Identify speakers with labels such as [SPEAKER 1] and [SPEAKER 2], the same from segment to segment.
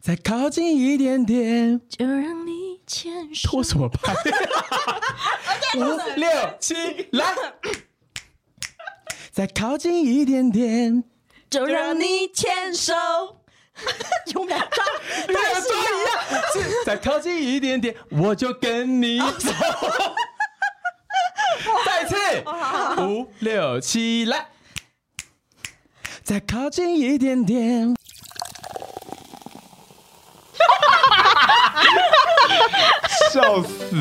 [SPEAKER 1] 再靠近一点点，
[SPEAKER 2] 就让你牵手
[SPEAKER 1] 拖。什么拍？五六七，来，再靠近一点点，
[SPEAKER 2] 就让你牵 手。我们俩抓，太像了
[SPEAKER 1] 是再靠近一点点，我就跟你走。再一次，五六七，来，再靠近一点点。 笑死！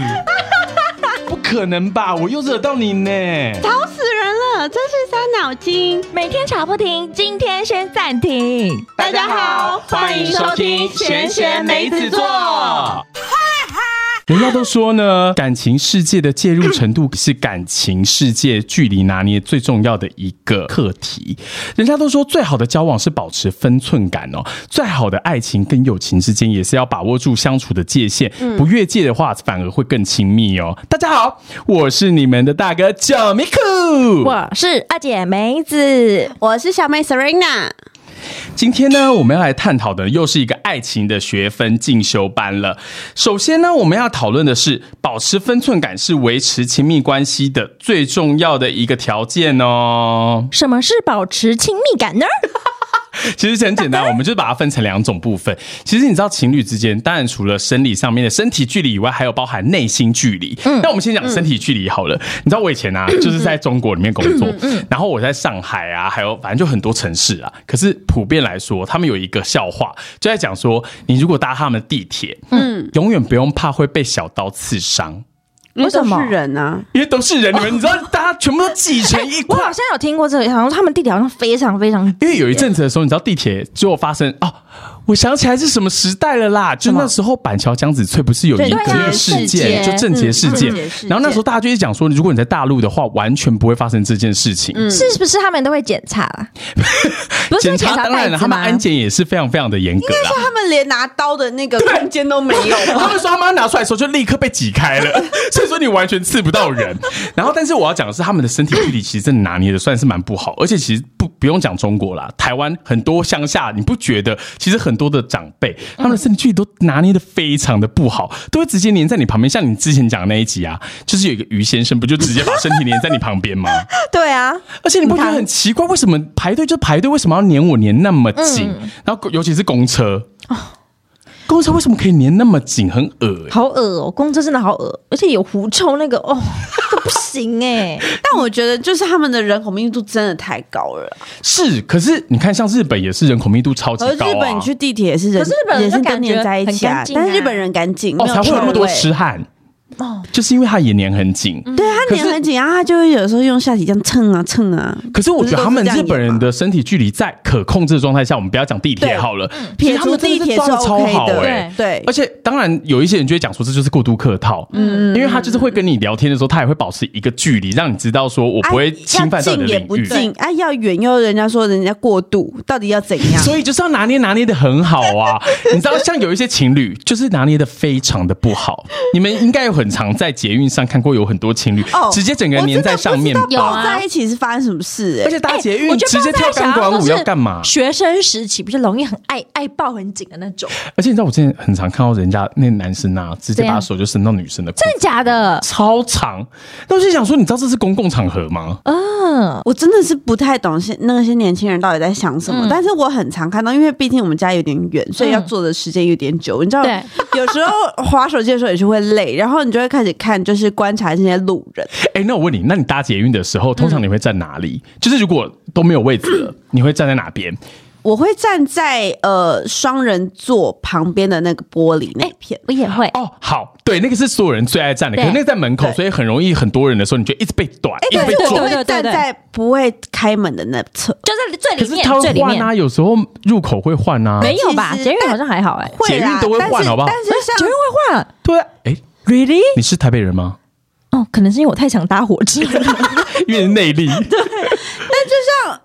[SPEAKER 1] 不可能吧？我又惹到你呢！
[SPEAKER 3] 吵死人了，真是伤脑筋。
[SPEAKER 2] 每天吵不停，今天先暂停。
[SPEAKER 3] 大家好欢迎收听闲闲梅子座
[SPEAKER 1] 人家都说呢，感情世界的介入程度是感情世界距离拿捏最重要的一个课题。人家都说最好的交往是保持分寸感哦，最好的爱情跟友情之间也是要把握住相处的界限，
[SPEAKER 3] 嗯
[SPEAKER 1] 不越界的话反而会更亲密哦。大家好，我是你们的大哥九米酷，
[SPEAKER 2] 我是二姐梅子，
[SPEAKER 3] 我是小妹 Serena，
[SPEAKER 1] 今天呢，我们要来探讨的又是一个爱情的学分进修班了。首先呢，我们要讨论的是，保持分寸感是维持亲密关系的最重要的一个条件哦。
[SPEAKER 2] 什么是保持亲密感呢？
[SPEAKER 1] 其实很简单，我们就把它分成两种部分。其实你知道，情侣之间当然除了生理上面的身体距离以外，还有包含内心距离。那我们先讲身体距离好了。你知道我以前啊，就是在中国里面工作，然后我在上海啊，还有反正就很多城市啊。可是普遍来说，他们有一个笑话，就在讲说，你如果搭他们的地铁，嗯，永远不用怕会被小刀刺伤。
[SPEAKER 3] 因为
[SPEAKER 2] 为什
[SPEAKER 3] 都
[SPEAKER 2] 么
[SPEAKER 3] 是人啊，
[SPEAKER 1] 因为都是人，你们你知道，大家全部都挤成一
[SPEAKER 2] 我
[SPEAKER 1] 块，
[SPEAKER 2] 好像有听过这个，好像他们地铁好像非常非常
[SPEAKER 1] 因为有一阵子的时候，你知道地铁最后发生哦，我想起来是什么时代了啦，就
[SPEAKER 2] 么
[SPEAKER 1] 那时候板桥江子翠不是有一
[SPEAKER 2] 对
[SPEAKER 1] 个那个
[SPEAKER 2] 郑
[SPEAKER 1] 事
[SPEAKER 2] 捷
[SPEAKER 1] 件，
[SPEAKER 3] 事
[SPEAKER 1] 就
[SPEAKER 3] 件
[SPEAKER 1] 郑捷事件
[SPEAKER 3] 嗯郑捷事，件
[SPEAKER 1] 然后那时候大家就一直讲说，如果你在大陆的话，完全不会发生这件事情。
[SPEAKER 2] 是不是他们都会检查 啊？不是
[SPEAKER 1] 检
[SPEAKER 2] 会检
[SPEAKER 1] 查
[SPEAKER 2] 查
[SPEAKER 1] 当然
[SPEAKER 2] 袋
[SPEAKER 1] 了，
[SPEAKER 2] 子
[SPEAKER 1] 他们
[SPEAKER 2] 吗？
[SPEAKER 1] 安检也是非常非常的严格啦。
[SPEAKER 3] 他们连拿刀的那个空间都没 有。
[SPEAKER 1] 他们说他们要拿出来的时候就立刻被挤开了，所以说你完全刺不到人。然后，但是我要讲的是，他们的身体距离其实真的拿捏的算是蛮不好，而且其实不不用讲中国啦，台湾很多乡下，你不觉得其实很多的长辈他们的身体距离都拿捏的非常的不好，都会直接黏在你旁边。像你之前讲的那一集啊，就是有一个于先生不就直接把身体黏在你旁边吗？
[SPEAKER 3] 对啊，
[SPEAKER 1] 而且你不觉得很奇怪，为什么排队就排队，为什么要黏我黏那么紧？然后尤其是公车。公车为什么可以黏那么紧？很恶、欸
[SPEAKER 2] 好恶哦，公车真的好恶，而且有狐臭那个哦， 这不行 哎、
[SPEAKER 3] 但我觉得就是他们的人口密度真的太高了啊。
[SPEAKER 1] 是，可是你看，像日本也是人口密度超级
[SPEAKER 3] 而
[SPEAKER 1] 高、啊、
[SPEAKER 3] 日本你去地铁也是人，
[SPEAKER 2] 可是日本人
[SPEAKER 3] 也是
[SPEAKER 2] 就感
[SPEAKER 3] 跟
[SPEAKER 2] 觉
[SPEAKER 3] 黏在一起
[SPEAKER 2] 很
[SPEAKER 3] 啊
[SPEAKER 2] 干，净啊
[SPEAKER 3] 但是日本人干净，
[SPEAKER 1] 哦，
[SPEAKER 3] 没有
[SPEAKER 1] 才会有那么多
[SPEAKER 3] 臭味
[SPEAKER 1] 痴汉，
[SPEAKER 2] 哦，
[SPEAKER 1] 就是因为它也黏很紧。
[SPEAKER 3] 对他
[SPEAKER 1] 可
[SPEAKER 3] 黏
[SPEAKER 1] 是
[SPEAKER 3] 很紧啊，他就会有时候用下体这样蹭啊蹭啊。
[SPEAKER 1] 可是我觉得他们
[SPEAKER 3] 不是都
[SPEAKER 1] 日
[SPEAKER 3] 是这样
[SPEAKER 1] 本
[SPEAKER 3] 演吗
[SPEAKER 1] 人的身体距离在可控制的状态下，我们不要讲地铁
[SPEAKER 3] 对
[SPEAKER 1] 好了，其
[SPEAKER 3] 嗯撇
[SPEAKER 1] 实他
[SPEAKER 3] 除
[SPEAKER 1] 们
[SPEAKER 3] 地
[SPEAKER 1] 真的
[SPEAKER 3] 铁
[SPEAKER 1] 是
[SPEAKER 3] 是
[SPEAKER 1] 抓的超
[SPEAKER 3] OK
[SPEAKER 1] 好
[SPEAKER 3] 的，
[SPEAKER 1] 哎、
[SPEAKER 2] 欸
[SPEAKER 3] 对
[SPEAKER 1] 而且当然有一些人就会讲说这就是过度客套，嗯，因为他就是会跟你聊天的时候，他也会保持一个距离，让你知道说我不会侵犯到你的
[SPEAKER 3] 啊要近也
[SPEAKER 1] 领
[SPEAKER 3] 不
[SPEAKER 1] 域。
[SPEAKER 3] 近，啊，要远又人家说人家过度，到底要怎样？
[SPEAKER 1] 所以就是要拿捏拿捏的很好 啊，你知道，像有一些情侣就是拿捏的非常的不好。你们应该有很常在捷运上看过，有很多情侣、
[SPEAKER 3] 哦
[SPEAKER 1] 直接整个人粘在上面
[SPEAKER 3] 我真的不知道
[SPEAKER 1] 吧，
[SPEAKER 3] 抱在一起是发生什么事、
[SPEAKER 1] 而
[SPEAKER 3] 欸？
[SPEAKER 1] 且搭捷运、
[SPEAKER 2] 哎我觉得
[SPEAKER 1] 直接跳钢管舞要干嘛？
[SPEAKER 2] 学生时期不是容易很爱爱抱很紧的那 种，
[SPEAKER 1] 而且你知道，我之前很常看到人家那男生啊，直接
[SPEAKER 2] 怎样
[SPEAKER 1] 把手就伸到女生的裤
[SPEAKER 2] 真的假的？
[SPEAKER 1] 超长。那我就想说，你知道这是公共场合吗？
[SPEAKER 3] 呃
[SPEAKER 2] 嗯，
[SPEAKER 3] 我真的是不太懂现那些年轻人到底在想什么，但是我很常看到，因为毕竟我们家有点远，所以要坐的时间有点久。你知道
[SPEAKER 2] 对，
[SPEAKER 3] 有时候滑手机的时候也是会累，然后你就会开始看，就是观察这些路人。
[SPEAKER 1] 哎、那我问你，那你搭捷运的时候，通常你会站哪里？就是如果都没有位置了，你会站在哪边？
[SPEAKER 3] 我会站在呃双人座旁边的那个玻璃那一片，
[SPEAKER 2] 哎我也会。
[SPEAKER 1] 哦，好，对，那个是所有人最爱站的，可
[SPEAKER 2] 对
[SPEAKER 1] 是那个在门口，
[SPEAKER 3] 对
[SPEAKER 1] 所以很容易很多人的时候，你就一直被短，一直
[SPEAKER 3] 但
[SPEAKER 1] 被
[SPEAKER 3] 是我
[SPEAKER 1] 撞。
[SPEAKER 3] 会站在不会开门的那侧。
[SPEAKER 2] 就在最
[SPEAKER 1] 可
[SPEAKER 2] 里
[SPEAKER 1] 是
[SPEAKER 2] 面
[SPEAKER 1] 他，
[SPEAKER 2] 最
[SPEAKER 1] 会
[SPEAKER 2] 里
[SPEAKER 1] 换
[SPEAKER 2] 面、
[SPEAKER 1] 啊，有时候入口会换啊。
[SPEAKER 2] 没有吧？
[SPEAKER 3] 其实
[SPEAKER 2] 捷运好像还好哎、
[SPEAKER 3] 会啦，
[SPEAKER 1] 捷运都会换
[SPEAKER 3] 但是
[SPEAKER 1] 好不好
[SPEAKER 3] 但是像
[SPEAKER 2] 捷运会换
[SPEAKER 1] 对啊，哎、
[SPEAKER 2] ，really？
[SPEAKER 1] 你是台北人吗？
[SPEAKER 2] 哦，可能是因为我太想搭火 车了。
[SPEAKER 1] 因为内力，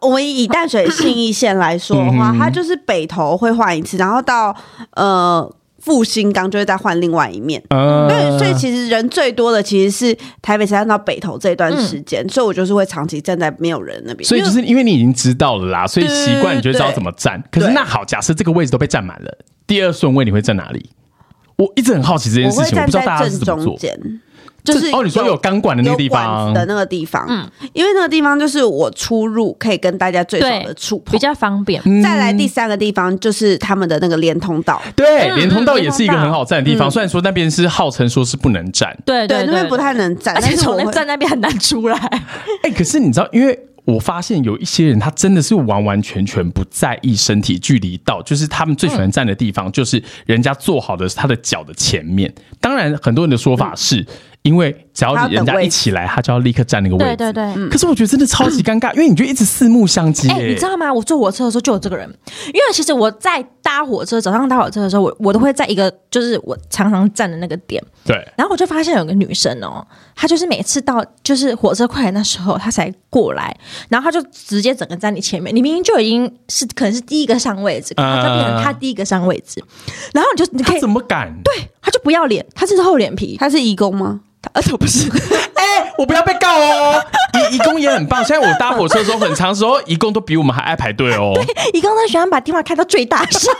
[SPEAKER 3] 我们以淡水信义线来说的
[SPEAKER 1] 嗯
[SPEAKER 3] 话，它就是北投会换一次，然后到呃复兴港就会再换另外一面。
[SPEAKER 1] 嗯，
[SPEAKER 3] 对，所以其实人最多的其实是台北车站到北投这段时间，所以我就是会长期站在没有人那边。
[SPEAKER 1] 嗯所以就是因为你已经知道了啦，所以习惯你就知道
[SPEAKER 3] 对
[SPEAKER 1] 怎么站。可是
[SPEAKER 3] 对
[SPEAKER 1] 那好，假设这个位置都被占满了，第二顺位你会在哪里？我一直很好奇这件
[SPEAKER 3] 我
[SPEAKER 1] 事
[SPEAKER 3] 会
[SPEAKER 1] 情，我
[SPEAKER 3] 站
[SPEAKER 1] 不知道
[SPEAKER 3] 在
[SPEAKER 1] 大家是
[SPEAKER 3] 正
[SPEAKER 1] 怎么
[SPEAKER 3] 中
[SPEAKER 1] 做。
[SPEAKER 3] 间，就是
[SPEAKER 1] 这哦，你说有钢管的那个地
[SPEAKER 3] 有
[SPEAKER 1] 方
[SPEAKER 3] 管子的那个地方，
[SPEAKER 4] 嗯
[SPEAKER 3] 因为那个地方就是我出入可以跟大家最少的触
[SPEAKER 4] 比
[SPEAKER 3] 碰。
[SPEAKER 4] 较方便。
[SPEAKER 1] 嗯
[SPEAKER 3] 再来第三个地方就是他们的那个连通道，
[SPEAKER 1] 对，
[SPEAKER 4] 嗯
[SPEAKER 1] 连通道
[SPEAKER 4] 嗯
[SPEAKER 1] 也是一个
[SPEAKER 4] 连通道
[SPEAKER 1] 很好站的地方。虽然说那边是号称说是不能站，
[SPEAKER 4] 对
[SPEAKER 3] 对，那
[SPEAKER 4] 对，
[SPEAKER 3] 边不太能站，
[SPEAKER 4] 而
[SPEAKER 3] 但
[SPEAKER 4] 且
[SPEAKER 3] 是
[SPEAKER 4] 从
[SPEAKER 3] 我
[SPEAKER 4] 那
[SPEAKER 3] 会
[SPEAKER 4] 站那边很难出来。
[SPEAKER 1] 哎、可是你知道，因为我发现有一些人，他真的是完完全全不在意身体距离到，就是他们最喜欢站的地方，就是人家坐好的是他的脚的前面。当然，很多人的说法
[SPEAKER 4] 嗯
[SPEAKER 1] 是、因为只要
[SPEAKER 3] 他要等
[SPEAKER 1] 人家
[SPEAKER 3] 位
[SPEAKER 1] 一
[SPEAKER 3] 置
[SPEAKER 1] 起来，他就要立刻站那个位置。
[SPEAKER 4] 对对对，
[SPEAKER 1] 可是我觉得真的超级尴尬，因为你就一直四目相接、
[SPEAKER 4] 哎、你知道吗？我坐火车的时候就有这个人，因为其实我在搭火车，早上搭火车的时候，我我都会在一个就是我常常站的那个点，
[SPEAKER 1] 对，
[SPEAKER 4] 然后我就发现有个女生哦，她就是每次到就是火车快来那时候，她才过来，然后她就直接整个在你前面，你明明就已经是可能是第一个上位置，可她就变成她第一个上位置，然后你就你可
[SPEAKER 1] 他
[SPEAKER 4] 以
[SPEAKER 1] 怎，么敢？
[SPEAKER 4] 对，她就不要脸，她是厚脸皮，
[SPEAKER 3] 他是义工吗？
[SPEAKER 4] 她而且不是，
[SPEAKER 1] 哎、我不要被告 哦！移移工也很棒，现在我搭火车的时候，很长时候移工都比我们还爱排队哦。
[SPEAKER 4] 一刚刚喜欢把电话开到最大声，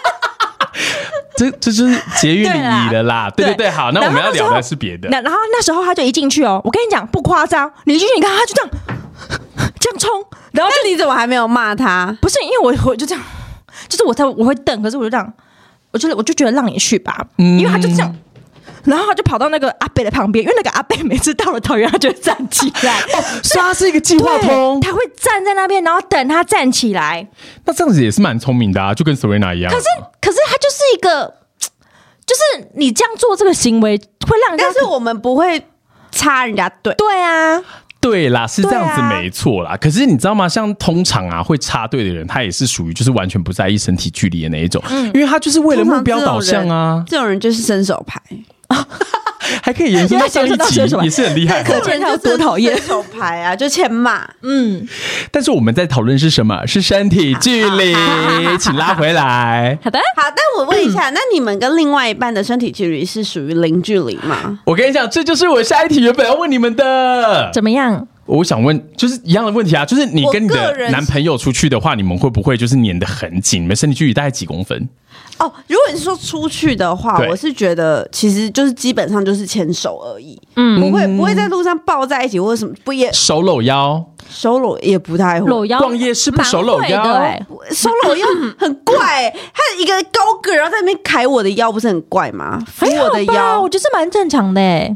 [SPEAKER 1] 这这就是节育礼仪了啦。对
[SPEAKER 4] 对
[SPEAKER 1] 对对，
[SPEAKER 4] 啦
[SPEAKER 1] 好，那
[SPEAKER 4] 然
[SPEAKER 1] 我
[SPEAKER 4] 后
[SPEAKER 1] 们要聊
[SPEAKER 4] 那时
[SPEAKER 1] 的
[SPEAKER 4] 候
[SPEAKER 1] 是别的。
[SPEAKER 4] 那然后那时候他就一进去哦，我跟你讲不夸张，你进去你看他就这样这样冲，然后就
[SPEAKER 3] 那你怎么还没有骂他？
[SPEAKER 4] 不是因为我我就这样，就是我在我会瞪，可是我就这样，我就我就觉得让你去吧，因为他就这
[SPEAKER 1] 嗯
[SPEAKER 4] 样。然后他就跑到那个阿贝的旁边，因为那个阿贝每次到了桃园，他就会站起 来，
[SPEAKER 1] 所以他是一个计划哦通嗯
[SPEAKER 4] 对，，他会站在那边，然后等他站起来。
[SPEAKER 1] 那这样子也是蛮聪明的啊，就跟 Serena 一样。
[SPEAKER 4] 可是，可是他就是一个，就是你这样做这个行为会让人家
[SPEAKER 3] 但是我们不会插人家队，
[SPEAKER 4] 对啊，
[SPEAKER 1] 对啦，是这样子
[SPEAKER 4] 对啊
[SPEAKER 1] 没错啦。可是你知道吗？像通常啊会插队的人，他也是属于就是完全不在意身体距离的那一种，
[SPEAKER 4] 嗯
[SPEAKER 1] 因为他就是为了目标导向啊，
[SPEAKER 3] 这种人就是伸手牌，
[SPEAKER 1] 还可以延伸到上一
[SPEAKER 4] 原来
[SPEAKER 1] 集
[SPEAKER 4] 想说到伸手，牌
[SPEAKER 1] 也是很厉害哦。
[SPEAKER 4] 可见他有多讨厌
[SPEAKER 3] 这种人就是伸手牌啊，就欠骂。
[SPEAKER 4] 嗯，
[SPEAKER 1] 但是我们在讨论是什么？是身体距 离，请拉回来。
[SPEAKER 4] 好的，
[SPEAKER 3] 好，但我问一下，那你们跟另外一半的身体距离是属于零距离吗？
[SPEAKER 1] 我跟你讲，这就是我下一题原本要问你们的。
[SPEAKER 4] 怎么样？
[SPEAKER 1] 我想问，就是一样的问题啊，就是你跟你
[SPEAKER 3] 我个
[SPEAKER 1] 的
[SPEAKER 3] 人
[SPEAKER 1] 男朋友出去的话，你们会不会就是粘得很紧？你们身体距离大概几公分？
[SPEAKER 3] 哦，如果你是说出去的话，
[SPEAKER 1] 对
[SPEAKER 3] 我是觉得其实就是基本上就是牵手而已，
[SPEAKER 4] 嗯
[SPEAKER 3] 不会不会在路上抱在一起或者什么，不也
[SPEAKER 1] 手搂腰，
[SPEAKER 3] 手搂也不太会，
[SPEAKER 4] 搂腰
[SPEAKER 1] 逛夜市不手搂腰
[SPEAKER 4] 蛮会的 欸
[SPEAKER 3] 手搂腰很怪、欸，他一个高个，然后在那边揩我的腰，不是很怪吗？扶
[SPEAKER 4] 还好
[SPEAKER 3] 我的
[SPEAKER 4] 吧
[SPEAKER 3] 腰
[SPEAKER 4] 我，觉得是蛮正常的欸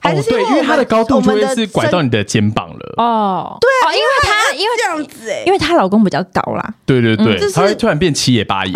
[SPEAKER 3] 还是
[SPEAKER 1] 哦、对，
[SPEAKER 3] 因为
[SPEAKER 1] 因为它的
[SPEAKER 3] 我们
[SPEAKER 1] 高度就
[SPEAKER 3] 我
[SPEAKER 1] 会
[SPEAKER 3] 们的
[SPEAKER 1] 是拐
[SPEAKER 3] 身
[SPEAKER 1] 到你的肩膀了。
[SPEAKER 4] 哦，对
[SPEAKER 3] 啊
[SPEAKER 4] 因为她因为
[SPEAKER 3] 这样子哎、
[SPEAKER 4] 因为她老公比较高 啦，
[SPEAKER 1] 对对对，
[SPEAKER 3] 就是
[SPEAKER 1] 它会突然变七爷 八爷，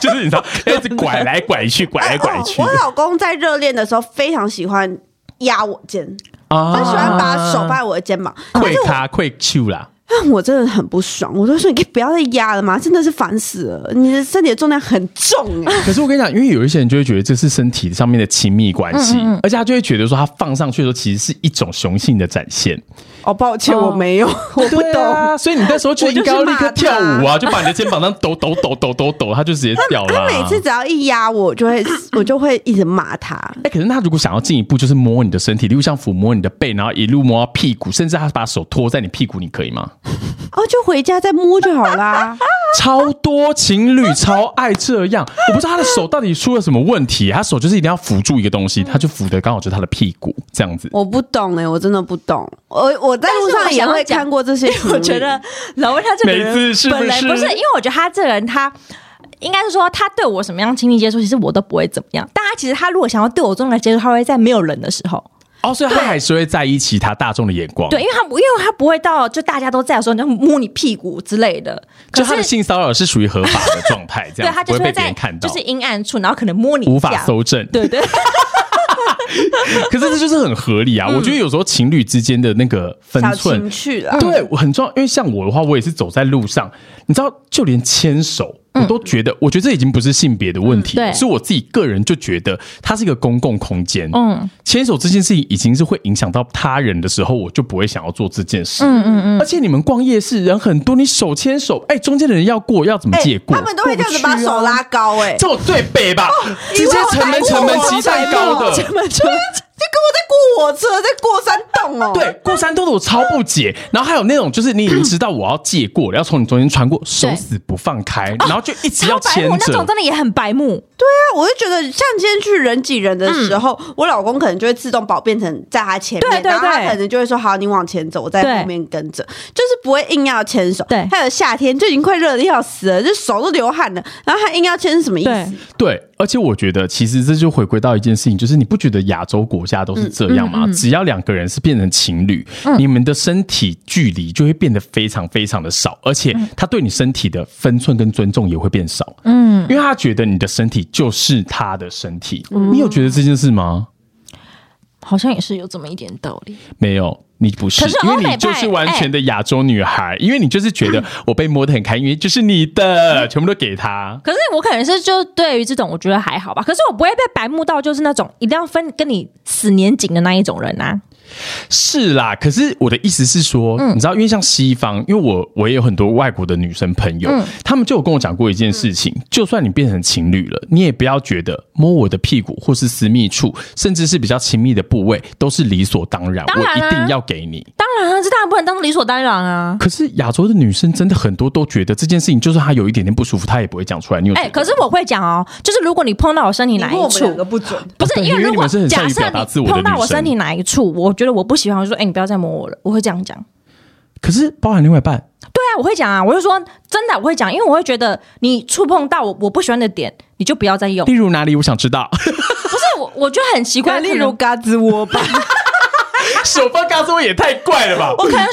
[SPEAKER 1] 就是你知道，要一直拐来拐去，拐来拐 去
[SPEAKER 3] 我老公在热恋的时候非常喜欢压我肩，
[SPEAKER 1] 啊
[SPEAKER 3] 他喜欢把手放在我的肩膀，但
[SPEAKER 1] 跪
[SPEAKER 3] 是我
[SPEAKER 1] 他跪 Q 啦。
[SPEAKER 3] 但 我真的很不爽，我都说你可以不要再压了嘛，真的是烦死了，你的身体的重量很重哎、
[SPEAKER 1] 可是我跟你讲，因为有一些人就会觉得这是身体上面的亲密关
[SPEAKER 3] 嗯
[SPEAKER 1] 系，而且他就会觉得说，他放上去的时候其实是一种雄性的展现。
[SPEAKER 3] 哦，抱歉，我没有，哦我 不
[SPEAKER 1] 对
[SPEAKER 3] 懂。
[SPEAKER 1] 啊，所以你那时候就应该要立刻跳舞啊，
[SPEAKER 3] 我
[SPEAKER 1] 就把你的肩膀这样抖抖抖抖抖抖，他就直接掉了、
[SPEAKER 3] 他每次只要一压我，我就会我就会一直骂他。
[SPEAKER 1] 哎、可是他如果想要进一步，就是摸你的身体，例如像抚摸你的背，然后一路摸到屁股，甚至他把手托在你屁股，你可以吗？
[SPEAKER 3] 哦，就回家再摸就好啦。
[SPEAKER 1] 超多情侣超爱这样，我不知道他的手到底出了什么问题，他手就是一定要扶住一个东西，他就扶的刚好就是他的屁股这样子。
[SPEAKER 3] 我不懂哎、我真的不懂。我我在路上也会看过这些情侣，
[SPEAKER 4] 我觉得老魏他这个
[SPEAKER 1] 每次
[SPEAKER 4] 人
[SPEAKER 1] 是不是
[SPEAKER 4] 本来不是，因为我觉得他这个人他。应该是说，他对我什么样亲密接触，其实我都不会怎么样。但他其实他如果想要对我这种来接触，他会在没有人的时候，
[SPEAKER 1] 哦，所以他还是会在意其他大众的眼光，
[SPEAKER 4] 对，，因为他因为他不会到就大家都在的时候，你就摸你屁股之类的。
[SPEAKER 1] 就
[SPEAKER 4] 可
[SPEAKER 1] 他的
[SPEAKER 4] 是
[SPEAKER 1] 性骚扰是属于合法的状态，这
[SPEAKER 4] 对
[SPEAKER 1] 样
[SPEAKER 4] 他
[SPEAKER 1] 不
[SPEAKER 4] 就是
[SPEAKER 1] 会被别
[SPEAKER 4] 在
[SPEAKER 1] 人看到，
[SPEAKER 4] 就是阴暗处，然后可能摸你
[SPEAKER 1] 无
[SPEAKER 4] 一
[SPEAKER 1] 法
[SPEAKER 4] 下
[SPEAKER 1] 搜证。
[SPEAKER 4] 对对，
[SPEAKER 1] 可是这就是很合理啊！我觉得有时候情侣之间的那个分
[SPEAKER 3] 嗯小
[SPEAKER 1] 寸
[SPEAKER 3] 情，趣嗯啦。
[SPEAKER 1] 对，我很重要。因为像我的话，我也是走在路上，你知道，就连牵手，
[SPEAKER 3] 嗯
[SPEAKER 1] 我都觉得，我觉得这已经不是性别的问题，
[SPEAKER 4] 嗯对
[SPEAKER 1] 是我自己个人就觉得它是一个公共空间。嗯
[SPEAKER 4] 嗯，
[SPEAKER 1] 牵手这件事情已经是会影响到他人的时候，我就不会想要做这件事。嗯嗯嗯。而且你们逛夜市人很多，你手牵手，哎，中间的人要过要怎么
[SPEAKER 3] 哎
[SPEAKER 1] 借过？
[SPEAKER 3] 他们都会这样子把
[SPEAKER 1] 过不去啊
[SPEAKER 3] 手拉高哎、
[SPEAKER 1] 这我最北吧，直接
[SPEAKER 3] 以为我
[SPEAKER 1] 城门
[SPEAKER 3] 白
[SPEAKER 1] 城门
[SPEAKER 3] 目
[SPEAKER 1] 鸡蛋糕的，
[SPEAKER 4] 这么就
[SPEAKER 3] 就跟我在过火车，在过山洞哦。
[SPEAKER 1] 对，过山洞的我超不解。然后还有那种就是你已经知道我要借过了，要从你中间穿过，手死不放开，然后就一直要
[SPEAKER 4] 哦超白
[SPEAKER 1] 牵
[SPEAKER 4] 目那种
[SPEAKER 1] 着。
[SPEAKER 4] 真的也很白目，
[SPEAKER 3] 啊，我就觉得像今天去人挤人的时候，我老公可能就会自动保变成在他前面，
[SPEAKER 4] 对对
[SPEAKER 3] 然后他
[SPEAKER 4] 对
[SPEAKER 3] 可能就会说好，你往前走，我在
[SPEAKER 4] 对
[SPEAKER 3] 后面跟着，就是不会硬要牵手。
[SPEAKER 4] 对
[SPEAKER 3] 还有夏天就已经快热的要死了，就手都流汗了，然后他硬要牵是什么意
[SPEAKER 4] 对
[SPEAKER 3] 思？
[SPEAKER 1] 对，而且我觉得其实这就回归到一件事情，就是你不觉得亚洲国家都是这样
[SPEAKER 4] 嗯
[SPEAKER 1] 吗？只要两个人是变成情侣，你们的身体距离就会变得非常非常的少，而且
[SPEAKER 4] 嗯
[SPEAKER 1] 他对你身体的分寸跟尊重也会变少。嗯，因为他觉得你的身体就是他的身体。
[SPEAKER 4] 嗯
[SPEAKER 1] 你有觉得这件事吗？
[SPEAKER 4] 好像也是有这么一点道理。
[SPEAKER 1] 没有，你不是，
[SPEAKER 4] 可是
[SPEAKER 1] 因
[SPEAKER 4] 欧
[SPEAKER 1] 为
[SPEAKER 4] 美
[SPEAKER 1] 你就是
[SPEAKER 4] 派哎
[SPEAKER 1] 完全的亚洲女孩，因为你就是觉得 我被摸得很开，因为就是你的，全部都给他。
[SPEAKER 4] 可是我可能是就对于这种，我觉得还好吧。可是我不会被白目到，就是那种一定要分跟你死年紧的那一种人啊。
[SPEAKER 1] 是啦，可是我的意思是说，
[SPEAKER 4] 嗯
[SPEAKER 1] 你知道，因为像西方，因为我我也有很多外国的女生朋友，
[SPEAKER 4] 嗯
[SPEAKER 1] 她们就有跟我讲过一件事情，就算你变成情侣了，你也不要觉得摸我的屁股或是私密处，甚至是比较亲密的部位都是理所当然，
[SPEAKER 4] 当然啊
[SPEAKER 1] 我一定要给你。
[SPEAKER 4] 当然啊，这当然不能当理所当然啊。
[SPEAKER 1] 可是亚洲的女生真的很多都觉得这件事情，就算她有一点点不舒服，她也不会讲出来。你有觉
[SPEAKER 4] 哎、
[SPEAKER 1] 得
[SPEAKER 4] 可是我会讲哦，就是如果你碰到我身体哪
[SPEAKER 3] 你问
[SPEAKER 4] 一
[SPEAKER 3] 我们
[SPEAKER 4] 处
[SPEAKER 3] 两，个不准，
[SPEAKER 4] 不是
[SPEAKER 1] 哦对
[SPEAKER 4] 因
[SPEAKER 1] 因
[SPEAKER 4] 为
[SPEAKER 1] 为
[SPEAKER 4] 如
[SPEAKER 1] 你
[SPEAKER 4] 果
[SPEAKER 1] 们是很善
[SPEAKER 4] 假
[SPEAKER 1] 于
[SPEAKER 4] 设
[SPEAKER 1] 表达自
[SPEAKER 4] 你
[SPEAKER 1] 我的
[SPEAKER 4] 碰到
[SPEAKER 1] 女
[SPEAKER 4] 我身
[SPEAKER 1] 生
[SPEAKER 4] 体哪一处，我觉得我不喜欢，我就说哎、你不要再摸我了，我会这样讲。
[SPEAKER 1] 可是包含另外一半，
[SPEAKER 4] 对啊，我会讲啊，我就说真的，我会讲，因为我会觉得你触碰到我我不喜欢的点，你就不要再用
[SPEAKER 1] 例。如哪里，我想知 道。
[SPEAKER 4] 不是我，我觉得 很奇怪，
[SPEAKER 3] 例
[SPEAKER 4] 可
[SPEAKER 3] 如
[SPEAKER 4] 能
[SPEAKER 3] 嘎吱窝 吧，
[SPEAKER 1] 手放嘎吱窝也太怪了吧
[SPEAKER 4] 我？可能说。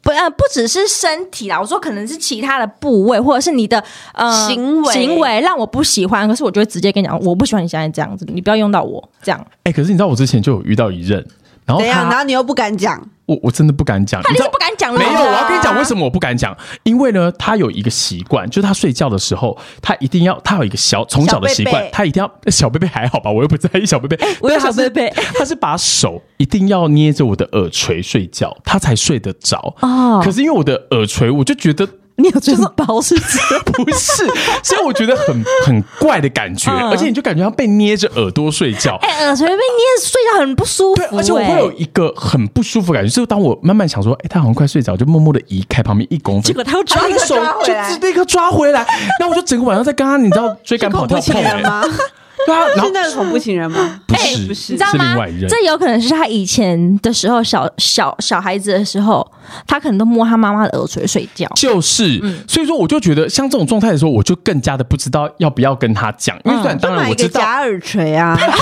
[SPEAKER 4] 不呃，不只是身体啦，我说可能是其他的部位，或者是你的呃
[SPEAKER 3] 行为
[SPEAKER 4] 行为让我不喜欢，可是我就会直接跟你讲，我不喜欢你现在这样子，你不要用到我这样。
[SPEAKER 1] 哎、可是你知道我之前就有遇到一任，然后
[SPEAKER 3] 怎样？然
[SPEAKER 1] 他，
[SPEAKER 3] 后你又不敢讲，
[SPEAKER 1] 我我真的不敢讲，
[SPEAKER 4] 他
[SPEAKER 1] 你知
[SPEAKER 4] 就是
[SPEAKER 1] 道
[SPEAKER 4] 不敢讲了。
[SPEAKER 1] 没有，我要跟你讲为
[SPEAKER 4] 么。
[SPEAKER 1] 什么我不敢讲，因为呢，他有一个习惯，就是他睡觉的时候，他一定要，他有一个小从小的习
[SPEAKER 3] 小
[SPEAKER 1] 惯
[SPEAKER 3] 贝贝，
[SPEAKER 1] 他一定要 小贝贝还好吧，我又不在意小贝贝，
[SPEAKER 4] 我有
[SPEAKER 1] 但他
[SPEAKER 4] 小贝
[SPEAKER 1] 是
[SPEAKER 4] 贝
[SPEAKER 1] 他是把手一定要捏着我的耳垂睡觉，他才睡得着。
[SPEAKER 4] 哦
[SPEAKER 1] 可是因为我的耳垂，我就觉得
[SPEAKER 4] 你有这种包是指？
[SPEAKER 1] 不是，所以我觉得很很怪的感觉，
[SPEAKER 4] 嗯
[SPEAKER 1] 而且你就感觉要被捏着耳朵睡觉。
[SPEAKER 4] 哎、耳垂被捏睡觉很不舒服、
[SPEAKER 1] 对，而且我会有
[SPEAKER 4] 哎
[SPEAKER 1] 一个很不舒服感觉，就是当我慢慢想说，哎、他好像快睡着，就默默的移开旁边一公分，
[SPEAKER 4] 结果他又抓
[SPEAKER 1] 他那
[SPEAKER 4] 你
[SPEAKER 1] 个手
[SPEAKER 3] 抓回
[SPEAKER 1] 就
[SPEAKER 3] 来
[SPEAKER 1] 直立刻抓回 来，然后我就整个晚上在跟他，你知道追赶跑
[SPEAKER 3] 恐怖
[SPEAKER 1] 跳
[SPEAKER 3] 情
[SPEAKER 1] 碰、
[SPEAKER 3] 人
[SPEAKER 1] 欸，
[SPEAKER 3] 吗？
[SPEAKER 1] 对啊， 然后
[SPEAKER 3] 是那个恐怖情人吗？
[SPEAKER 1] 不
[SPEAKER 4] 哎
[SPEAKER 1] 是、是
[SPEAKER 3] 不 是
[SPEAKER 4] 你知道
[SPEAKER 1] 另
[SPEAKER 4] 吗
[SPEAKER 1] 外一？任，
[SPEAKER 4] 这有可能是他以前的时候，小小小孩子的时候，他可能都摸他妈妈的耳垂睡觉。
[SPEAKER 1] 就是，
[SPEAKER 4] 嗯
[SPEAKER 1] 所以说我就觉得像这种状态的时候，我就更加的不知道要不要跟他讲，因为虽
[SPEAKER 4] 嗯
[SPEAKER 1] 然当
[SPEAKER 3] 就
[SPEAKER 1] 然
[SPEAKER 3] 买
[SPEAKER 1] 我
[SPEAKER 3] 一个
[SPEAKER 1] 知道。
[SPEAKER 3] 假耳垂啊，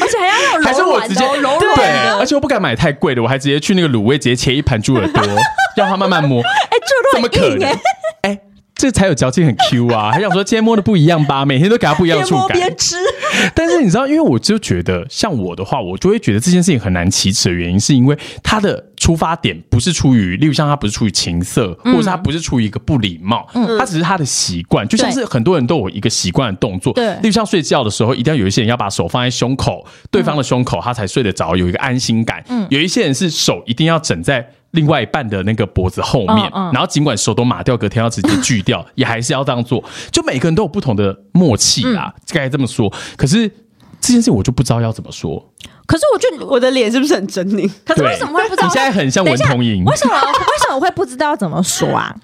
[SPEAKER 4] 而且还要
[SPEAKER 1] 还是我直接对，而
[SPEAKER 4] 哎，
[SPEAKER 1] 且我不敢买太贵的，我还直接去那个卤味直接切一盘猪耳朵， 让他慢慢摸。
[SPEAKER 4] 这
[SPEAKER 1] 怎么可
[SPEAKER 4] 欸
[SPEAKER 1] 能？哎、这才有嚼劲很 Q 啊！ 还想说今天摸的不一样吧，每天都给他不一样的 触感。
[SPEAKER 4] 吃。
[SPEAKER 1] 但是你知道，因为我就觉得，像我的话，我就会觉得这件事情很难启齿的原因，是因为他的出发点不是出于，例如像他不是出于情色，或者是他不是出于一个不礼貌，他只是他的习惯，就像是很多人都有一个习惯的动作，
[SPEAKER 4] 对
[SPEAKER 1] 例如像睡觉的时候，一定要有一些人要把手放在胸口，对方的胸口，他才睡得着，有一个安心感。有一些人是手一定要枕在。另外一半的那个脖子后面，
[SPEAKER 4] 嗯嗯
[SPEAKER 1] 然后尽管手都麻掉，隔天要直接锯 掉，也还是要这样做。就每个人都有不同的默契
[SPEAKER 4] 嗯
[SPEAKER 1] 啦，该这么说。可是这件事我就不知道要怎么说。
[SPEAKER 4] 可是我就，
[SPEAKER 3] 我的脸是不是很狰狞？
[SPEAKER 4] 可是
[SPEAKER 1] 对
[SPEAKER 4] 为什么会不知道？
[SPEAKER 1] 你现在很像
[SPEAKER 4] 等
[SPEAKER 1] 文
[SPEAKER 4] 一下
[SPEAKER 1] 童莹，
[SPEAKER 4] 为什么？为什么会不知道怎么说 啊？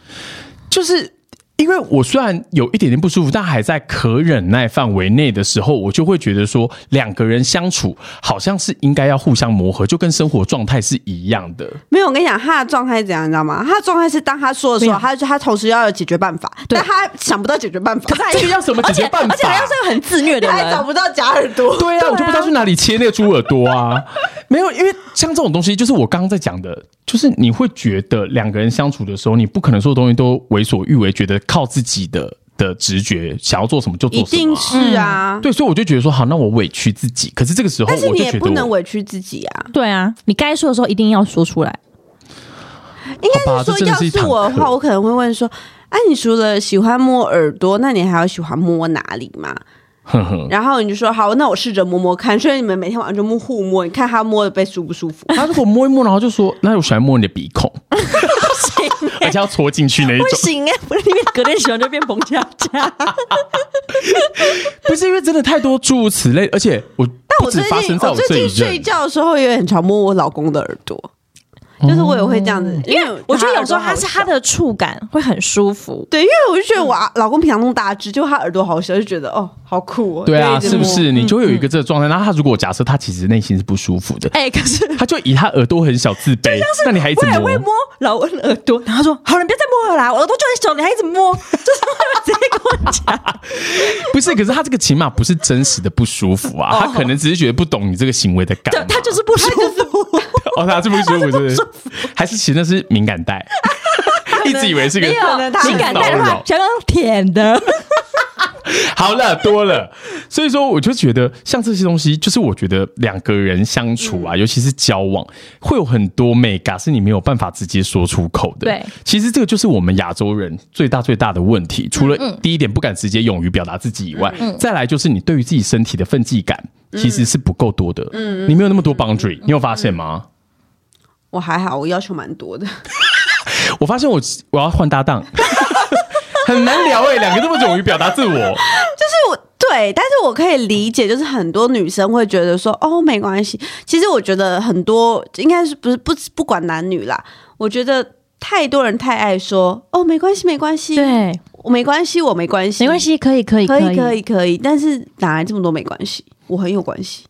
[SPEAKER 1] 就是因为我虽然有一点点不舒服，但还在可忍耐范围内的时候，我就会觉得说，两个人相处好像是应该要互相磨合，就跟生活状态是一样的。
[SPEAKER 3] 没有，我跟你讲，他的状态是怎样，你知道吗？他的状态是当他说的时
[SPEAKER 4] 没
[SPEAKER 3] 候，
[SPEAKER 4] 有
[SPEAKER 3] 他他同时要有解决办法，
[SPEAKER 4] 对
[SPEAKER 3] 但他想不到解决办法，
[SPEAKER 1] 这个要什么解
[SPEAKER 4] 而且
[SPEAKER 1] 决办法？
[SPEAKER 4] 哎而且还要是个很自虐的
[SPEAKER 3] 他还
[SPEAKER 4] 人
[SPEAKER 3] 找。不到假耳朵。
[SPEAKER 1] 对啊，我就不知道去哪里切那个猪耳朵啊。没有，因为像这种东西，就是我刚刚在讲的，就是你会觉得两个人相处的时候，你不可能所有东西都为所欲为，觉得靠自己的的直觉，想要做什么就做
[SPEAKER 3] 一
[SPEAKER 1] 什么
[SPEAKER 3] 定
[SPEAKER 1] 啊、
[SPEAKER 3] 是啊，
[SPEAKER 1] 对，所以我就觉得说，好，那我委屈自己。可是这个时候，
[SPEAKER 3] 但是
[SPEAKER 1] 我
[SPEAKER 3] 你
[SPEAKER 1] 就
[SPEAKER 3] 也
[SPEAKER 1] 觉得
[SPEAKER 3] 不能
[SPEAKER 1] 我，
[SPEAKER 3] 委屈自己啊。
[SPEAKER 4] 对啊，你该说的时候一定要说出来。
[SPEAKER 3] 应该
[SPEAKER 1] 好吧
[SPEAKER 3] 是说，
[SPEAKER 1] 这真的
[SPEAKER 3] 要
[SPEAKER 1] 是一
[SPEAKER 3] 是
[SPEAKER 1] 堂
[SPEAKER 3] 我的
[SPEAKER 1] 课
[SPEAKER 3] 话，我可能会问说：哎、你除了喜欢摸耳朵，那你还要喜欢摸哪里吗？
[SPEAKER 1] 哼哼，
[SPEAKER 3] 然后你就说好，那我试着摸摸看。所以你们每天晚上就摸互摸，你看他摸的背舒不舒服？
[SPEAKER 1] 他如果摸一摸，然后就说，那我喜欢摸你的鼻孔，
[SPEAKER 4] 行啊
[SPEAKER 1] 而且要戳进去那一
[SPEAKER 4] 不
[SPEAKER 1] 种，
[SPEAKER 4] 行哎，不是因为隔天洗完就变彭佳 佳，
[SPEAKER 1] 不是因为真的太多诸如此类，而且我
[SPEAKER 3] 但
[SPEAKER 1] 不
[SPEAKER 3] 我
[SPEAKER 1] 止
[SPEAKER 3] 最
[SPEAKER 1] 发
[SPEAKER 3] 近
[SPEAKER 1] 生在
[SPEAKER 3] 我
[SPEAKER 1] 这
[SPEAKER 3] 最
[SPEAKER 1] 一
[SPEAKER 3] 近睡
[SPEAKER 1] 任，
[SPEAKER 3] 觉的时候有点常摸我老公的耳朵，就是我也会这样
[SPEAKER 1] 哦
[SPEAKER 3] 子，因为
[SPEAKER 4] 我觉得有时候
[SPEAKER 3] 他
[SPEAKER 4] 它是嗯它
[SPEAKER 3] 的耳朵好小。
[SPEAKER 4] 的触感会很舒服，
[SPEAKER 3] 对，因为我就觉得我啊老公平常那么大只，就他耳朵好小，就觉得哦，好酷哦。
[SPEAKER 1] 对啊，
[SPEAKER 3] 就一
[SPEAKER 1] 是
[SPEAKER 3] 直
[SPEAKER 1] 不
[SPEAKER 3] 摸
[SPEAKER 1] 是？你就会有一个这个状态。然后他如果假设他其实内心是不舒服的，
[SPEAKER 4] 哎、可是
[SPEAKER 1] 他就以他耳朵很小自卑，那你还一直
[SPEAKER 4] 我也
[SPEAKER 1] 摸
[SPEAKER 4] 会？摸老温的耳朵，然后说：“好了，你不要再摸我啦，我耳朵就很小，你还一 直摸，就是会直接跟我讲。
[SPEAKER 1] 不是，可是他这个起码不是真实的不舒服啊，他可能只是觉得不懂你这个行为的感
[SPEAKER 4] 对
[SPEAKER 1] 嘛。，
[SPEAKER 4] 他哦就是不舒服，
[SPEAKER 1] 哦，他是不舒服，是不是？还是其实那是敏感 带，一直以为是个
[SPEAKER 4] 没有
[SPEAKER 3] 可能他
[SPEAKER 1] 性
[SPEAKER 4] 敏感带的
[SPEAKER 1] 骚
[SPEAKER 4] 话
[SPEAKER 1] 扰，
[SPEAKER 4] 想要舔的，
[SPEAKER 1] 好了，多了。所以说，我就觉得像这些东西，就是我觉得两个人相处啊，尤其是交往，会有很多美感是你没有办法直接说出口的。
[SPEAKER 4] 对
[SPEAKER 1] 其实这个就是我们亚洲人最大最大的问题。除了第一点不敢直接勇于表达自己以外，再来就是你对于自己身体的奋际感。其实是不够多的，你没有那么多 boundary，、你有发现吗？
[SPEAKER 3] 我还好，我要求蛮多的。
[SPEAKER 1] 我发现我我要换搭档， 很难聊哎、两个这么勇于表达自我，
[SPEAKER 3] 就是我对，但是我可以理解，就是很多女生会觉得说，哦，没关系。其实我觉得很多应该是不是不不管男女啦，我觉得太多人太爱说，哦，没关系，没关系，，
[SPEAKER 4] 对，
[SPEAKER 3] 我没关系，我没关系，
[SPEAKER 4] 没关
[SPEAKER 3] 系，
[SPEAKER 4] 系，可以，可以，
[SPEAKER 3] 可以，可
[SPEAKER 4] 可
[SPEAKER 3] 以，可以。但是哪来这么多没关系？我很有关系，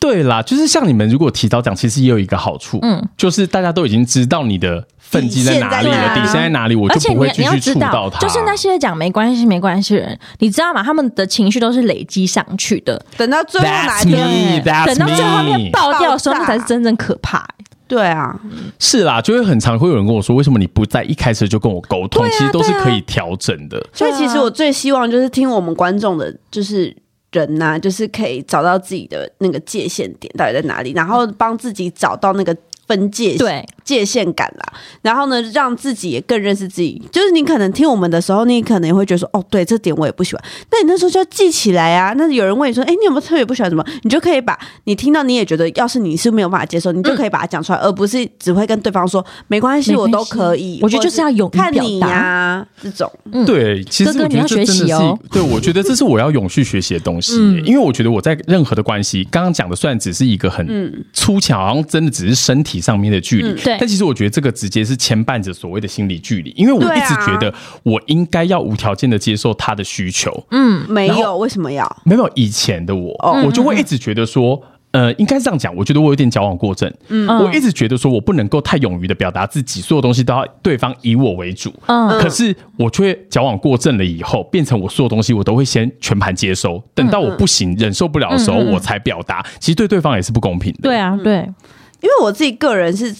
[SPEAKER 1] 对啦，就是像你们如果提早讲，其实也有一个好处，嗯，就是大家都已经知道你的分际在哪里了，底
[SPEAKER 3] 底线在哪
[SPEAKER 1] 线在哪里，我
[SPEAKER 4] 啊而
[SPEAKER 1] 就
[SPEAKER 4] 且
[SPEAKER 1] 不
[SPEAKER 4] 你
[SPEAKER 1] 会
[SPEAKER 4] 你
[SPEAKER 1] 继
[SPEAKER 4] 要
[SPEAKER 1] 续
[SPEAKER 4] 知
[SPEAKER 1] 触
[SPEAKER 4] 道，
[SPEAKER 1] 它。
[SPEAKER 4] 就是那些讲没关系没关系的人，你知道吗？他们的情绪都是累积上去的，
[SPEAKER 3] 等到最后哪
[SPEAKER 1] That's
[SPEAKER 3] 天
[SPEAKER 1] me, 嗯 that's
[SPEAKER 4] 等到最后面
[SPEAKER 1] me
[SPEAKER 4] 爆掉的时候，
[SPEAKER 3] 爆
[SPEAKER 4] 那
[SPEAKER 3] 炸
[SPEAKER 4] 才是真正可怕、
[SPEAKER 3] 对啊，
[SPEAKER 1] 是啦，就会很常会有人跟我说，为什么你不在一开始就跟我沟通？
[SPEAKER 4] 对啊
[SPEAKER 1] 其实都是
[SPEAKER 4] 对啊
[SPEAKER 1] 可以调整的。
[SPEAKER 3] 所以其实我最希望就是听我们观众的，就是人呐、就是可以找到自己的那个界限点到底在哪里，然后帮自己找到那个分界
[SPEAKER 4] 对
[SPEAKER 3] 界限感啦。然后呢，让自己也更认识自己。就是你可能听我们的时候，你可能也会觉得说，哦，对，这点我也不喜欢。那你那时候就要记起来啊。那有人问你说，哎，你有没有特别不喜欢什么？你就可以把你听到你也觉得，要是你是没有办法接受，你就可以把它讲出来，而不是只会跟对方说没关
[SPEAKER 4] 嗯
[SPEAKER 3] 系，
[SPEAKER 4] 没
[SPEAKER 3] 我
[SPEAKER 4] 关系
[SPEAKER 3] 都可以。
[SPEAKER 4] 我觉得就是要勇于
[SPEAKER 3] 看
[SPEAKER 4] 表
[SPEAKER 3] 你
[SPEAKER 4] 达
[SPEAKER 3] 呀、这种。
[SPEAKER 1] 对，其实
[SPEAKER 4] 嗯哥哥
[SPEAKER 1] 我觉
[SPEAKER 4] 你
[SPEAKER 1] 得
[SPEAKER 4] 要
[SPEAKER 1] 这
[SPEAKER 4] 学
[SPEAKER 1] 真的
[SPEAKER 4] 习
[SPEAKER 1] 是，
[SPEAKER 4] 哦嗯
[SPEAKER 1] 对我觉得这是我要永续学习的东西耶、因为我觉得我在任何的关系，刚刚讲的虽然只是一个很粗浅，好像真的只是身体上面的距离、
[SPEAKER 4] 嗯对
[SPEAKER 1] 但其实我觉得这个直接是牵绊着所谓的心理距离，因为我
[SPEAKER 3] 对
[SPEAKER 1] 一
[SPEAKER 3] 啊
[SPEAKER 1] 直觉得我应该要无条件的接受他的需求，
[SPEAKER 4] 嗯
[SPEAKER 3] 没
[SPEAKER 1] 然
[SPEAKER 3] 有，为什么要？
[SPEAKER 1] 没有以前的我，
[SPEAKER 4] 哦
[SPEAKER 1] 我就
[SPEAKER 4] 嗯
[SPEAKER 1] 会一直觉得说。呃，应该是这样讲，我觉得我有点矫枉过正。嗯，我一直觉得说我不能够太勇于的表达自己，所有东西都要对方以我为主。嗯
[SPEAKER 4] 嗯，
[SPEAKER 1] 可是我却矫枉过正了，以后变成我所有东西我都会先全盘接收，等到我不行、忍受不了的时
[SPEAKER 3] 嗯
[SPEAKER 1] 候，我才表达。其实对对方也是不公平的。
[SPEAKER 4] 对啊，对，
[SPEAKER 3] 因为我自己个人是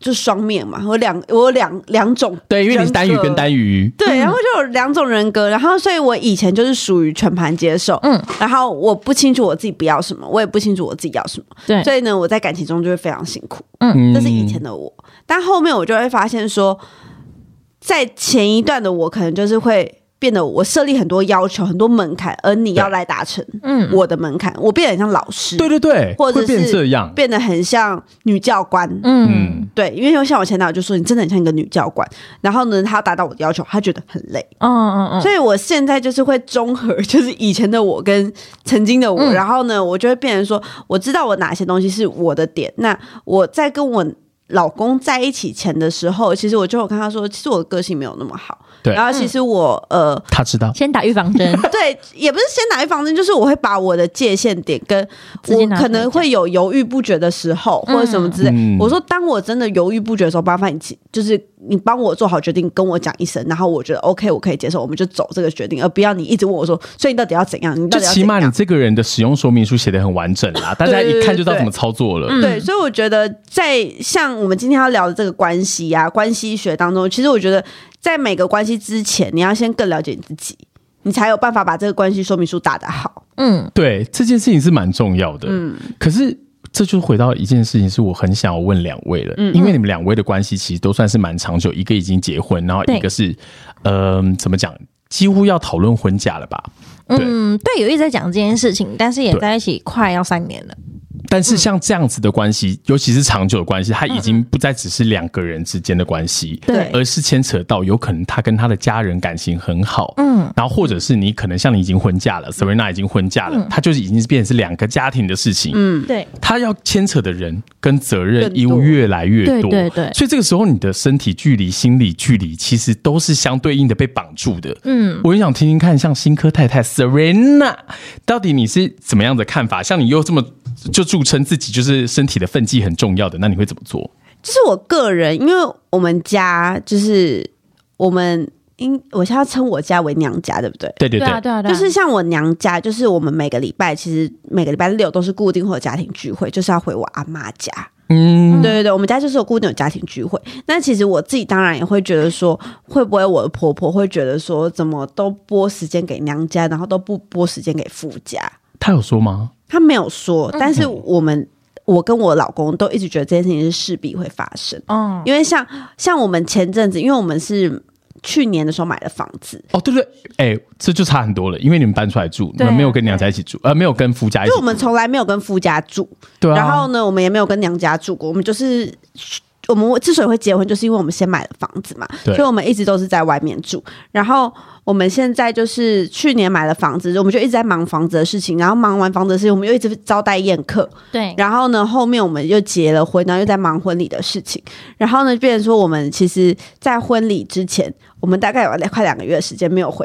[SPEAKER 3] 就双面嘛，我两我有两两种
[SPEAKER 1] 对，因为你是单鱼跟
[SPEAKER 3] 人格。
[SPEAKER 1] 单鱼，
[SPEAKER 3] 对，然后就有两种人格，然后所以我以前就是属于全盘接受，嗯，然后我不清楚我自己不要什么，我也不清楚我自己要什么，
[SPEAKER 4] 对
[SPEAKER 3] 所以呢，我在感情中就会非常辛苦，
[SPEAKER 1] 嗯
[SPEAKER 3] 这是以前的我，但后面我就会发现说，在前一段的我可能就是会变得我设立很多要求、很多门槛，而你要
[SPEAKER 1] 对
[SPEAKER 3] 来达成，
[SPEAKER 4] 嗯
[SPEAKER 3] 我的门槛，我变得很像老师，
[SPEAKER 1] 对对对，
[SPEAKER 3] 或
[SPEAKER 1] 会
[SPEAKER 3] 者是
[SPEAKER 1] 变这样。
[SPEAKER 3] 变得很像女教官，
[SPEAKER 4] 嗯，
[SPEAKER 1] 嗯，
[SPEAKER 3] 对，因为像我前男友就说你真的很像一个女教官，然后呢，他要达到我的要求，他觉得很累，
[SPEAKER 4] 嗯嗯嗯，
[SPEAKER 3] 所以我现在就是会综合， 就是以前的我跟曾经的我，然后呢，我就会变成说，我知道我哪些东西是我的点，那我在跟我。老公在一起前的时候，其实我就有跟他说，其实我的个性没有那么好。
[SPEAKER 1] 对
[SPEAKER 3] 然后其实我、呃，
[SPEAKER 1] 他知道。
[SPEAKER 4] 先打预防 针，
[SPEAKER 3] 对，也不是先打预防针，就是我会把我的界限点跟
[SPEAKER 4] 自己
[SPEAKER 3] 我
[SPEAKER 4] 拿出
[SPEAKER 3] 可
[SPEAKER 4] 来
[SPEAKER 3] 能
[SPEAKER 4] 讲
[SPEAKER 3] 会有犹豫不决的时候，或者什么之类。
[SPEAKER 1] 嗯
[SPEAKER 3] 我说，当我真的犹豫不决的时候，麻烦你记就是你帮我做好决定，跟我讲一声，然后我觉得 OK，我可以接受，我们就走这个决定，而不要你一直问我说，所以你到底要怎样？你到
[SPEAKER 1] 就
[SPEAKER 3] 底要
[SPEAKER 1] 起
[SPEAKER 3] 怎
[SPEAKER 1] 码你
[SPEAKER 3] 样？
[SPEAKER 1] 这个人的使用说明书写的很完整啦，大家一看就知道怎么操作了。
[SPEAKER 3] 对，所以我觉得在像我们今天要聊的这个关系啊、关系学当中，其实我觉得在每个关系之前，你要先更了解你自己，你才有办法把这个关系说明书打得好。
[SPEAKER 4] 嗯，
[SPEAKER 1] 对，这件事情是蛮重要的。嗯，可是这就回到一件事情，是我很想要问两位了，因为你们两位的关系其实都算是蛮长久，一个已经结婚，然后
[SPEAKER 4] 对
[SPEAKER 1] 一个是，嗯、怎么讲，几乎要讨论婚嫁了吧？对
[SPEAKER 4] 嗯，对，有一直在讲这件事情，但是也
[SPEAKER 1] 对
[SPEAKER 4] 在一起快要三年了。
[SPEAKER 1] 但是像这样子的关系，尤其是长久的关系，它已经不再只是两个人之间的关系，
[SPEAKER 4] 对
[SPEAKER 1] 而是牵扯到有可能他跟他的家人感情很好，
[SPEAKER 4] 嗯，
[SPEAKER 1] 然后或者是你可能像你已经婚嫁了，Serena 已经婚嫁了，他就是已经变成是两个家庭的事情，嗯，
[SPEAKER 4] 对，
[SPEAKER 1] 他要牵扯的人跟责任
[SPEAKER 3] 更
[SPEAKER 1] 义务
[SPEAKER 3] 多
[SPEAKER 1] 越来越多，
[SPEAKER 4] 对对对
[SPEAKER 1] 所以这个时候你的身体距离、心理距离其实都是相对应的被绑住的，嗯，我也想听听看，像新科太太 Serena，到底你是怎么样的看法？像你又这么就著称自己就是身体的分际很重要的，那你会怎么做？
[SPEAKER 3] 就是我个人，因为我们家就是我们应，我现在要称我家为娘家，对不对？
[SPEAKER 1] 对对
[SPEAKER 4] 对
[SPEAKER 1] 对，
[SPEAKER 4] 啊，对啊，对啊，
[SPEAKER 3] 就是像我娘家，就是我们每个礼拜，其实每个礼拜六都是固定会有家庭聚会，就是要回我阿妈家。
[SPEAKER 1] 嗯，
[SPEAKER 3] 对对对，我们家就是有固定有家庭聚会。那其实我自己当然也会觉得说，会不会我的婆婆会觉得说，怎么都拨时间给娘家，然后都不拨时间给夫家？
[SPEAKER 1] 他有说吗？
[SPEAKER 3] 她没有说，但是我们我跟我老公都一直觉得这件事情是势必会发生，
[SPEAKER 4] 嗯，
[SPEAKER 3] 因为像像我们前阵子，因为我们是。去年的时候买的房子，
[SPEAKER 1] 哦，对对，哎、这就差很多了，因为你们搬出来住，你
[SPEAKER 4] 对啊
[SPEAKER 1] 们没有跟娘家一起住，呃，没有跟夫家一
[SPEAKER 3] 就
[SPEAKER 1] 起
[SPEAKER 3] 我
[SPEAKER 1] 住，
[SPEAKER 3] 们从来没有跟夫家住，
[SPEAKER 1] 对啊，
[SPEAKER 3] 然后呢，我们也没有跟娘家住过，我们就是。我们之所以会结婚，就是因为我们先买了房子嘛，
[SPEAKER 1] 对
[SPEAKER 3] 所以我们一直都是在外面住。然后我们现在就是去年买了房子，我们就一直在忙房子的事情。然后忙完房子的事情，我们又一直招待宴客。
[SPEAKER 4] 对，
[SPEAKER 3] 然后呢，后面我们又结了婚，然后又在忙婚礼的事情。然后呢，变成说我们其实，在婚礼之前，我们大概有快两个月的时间没有回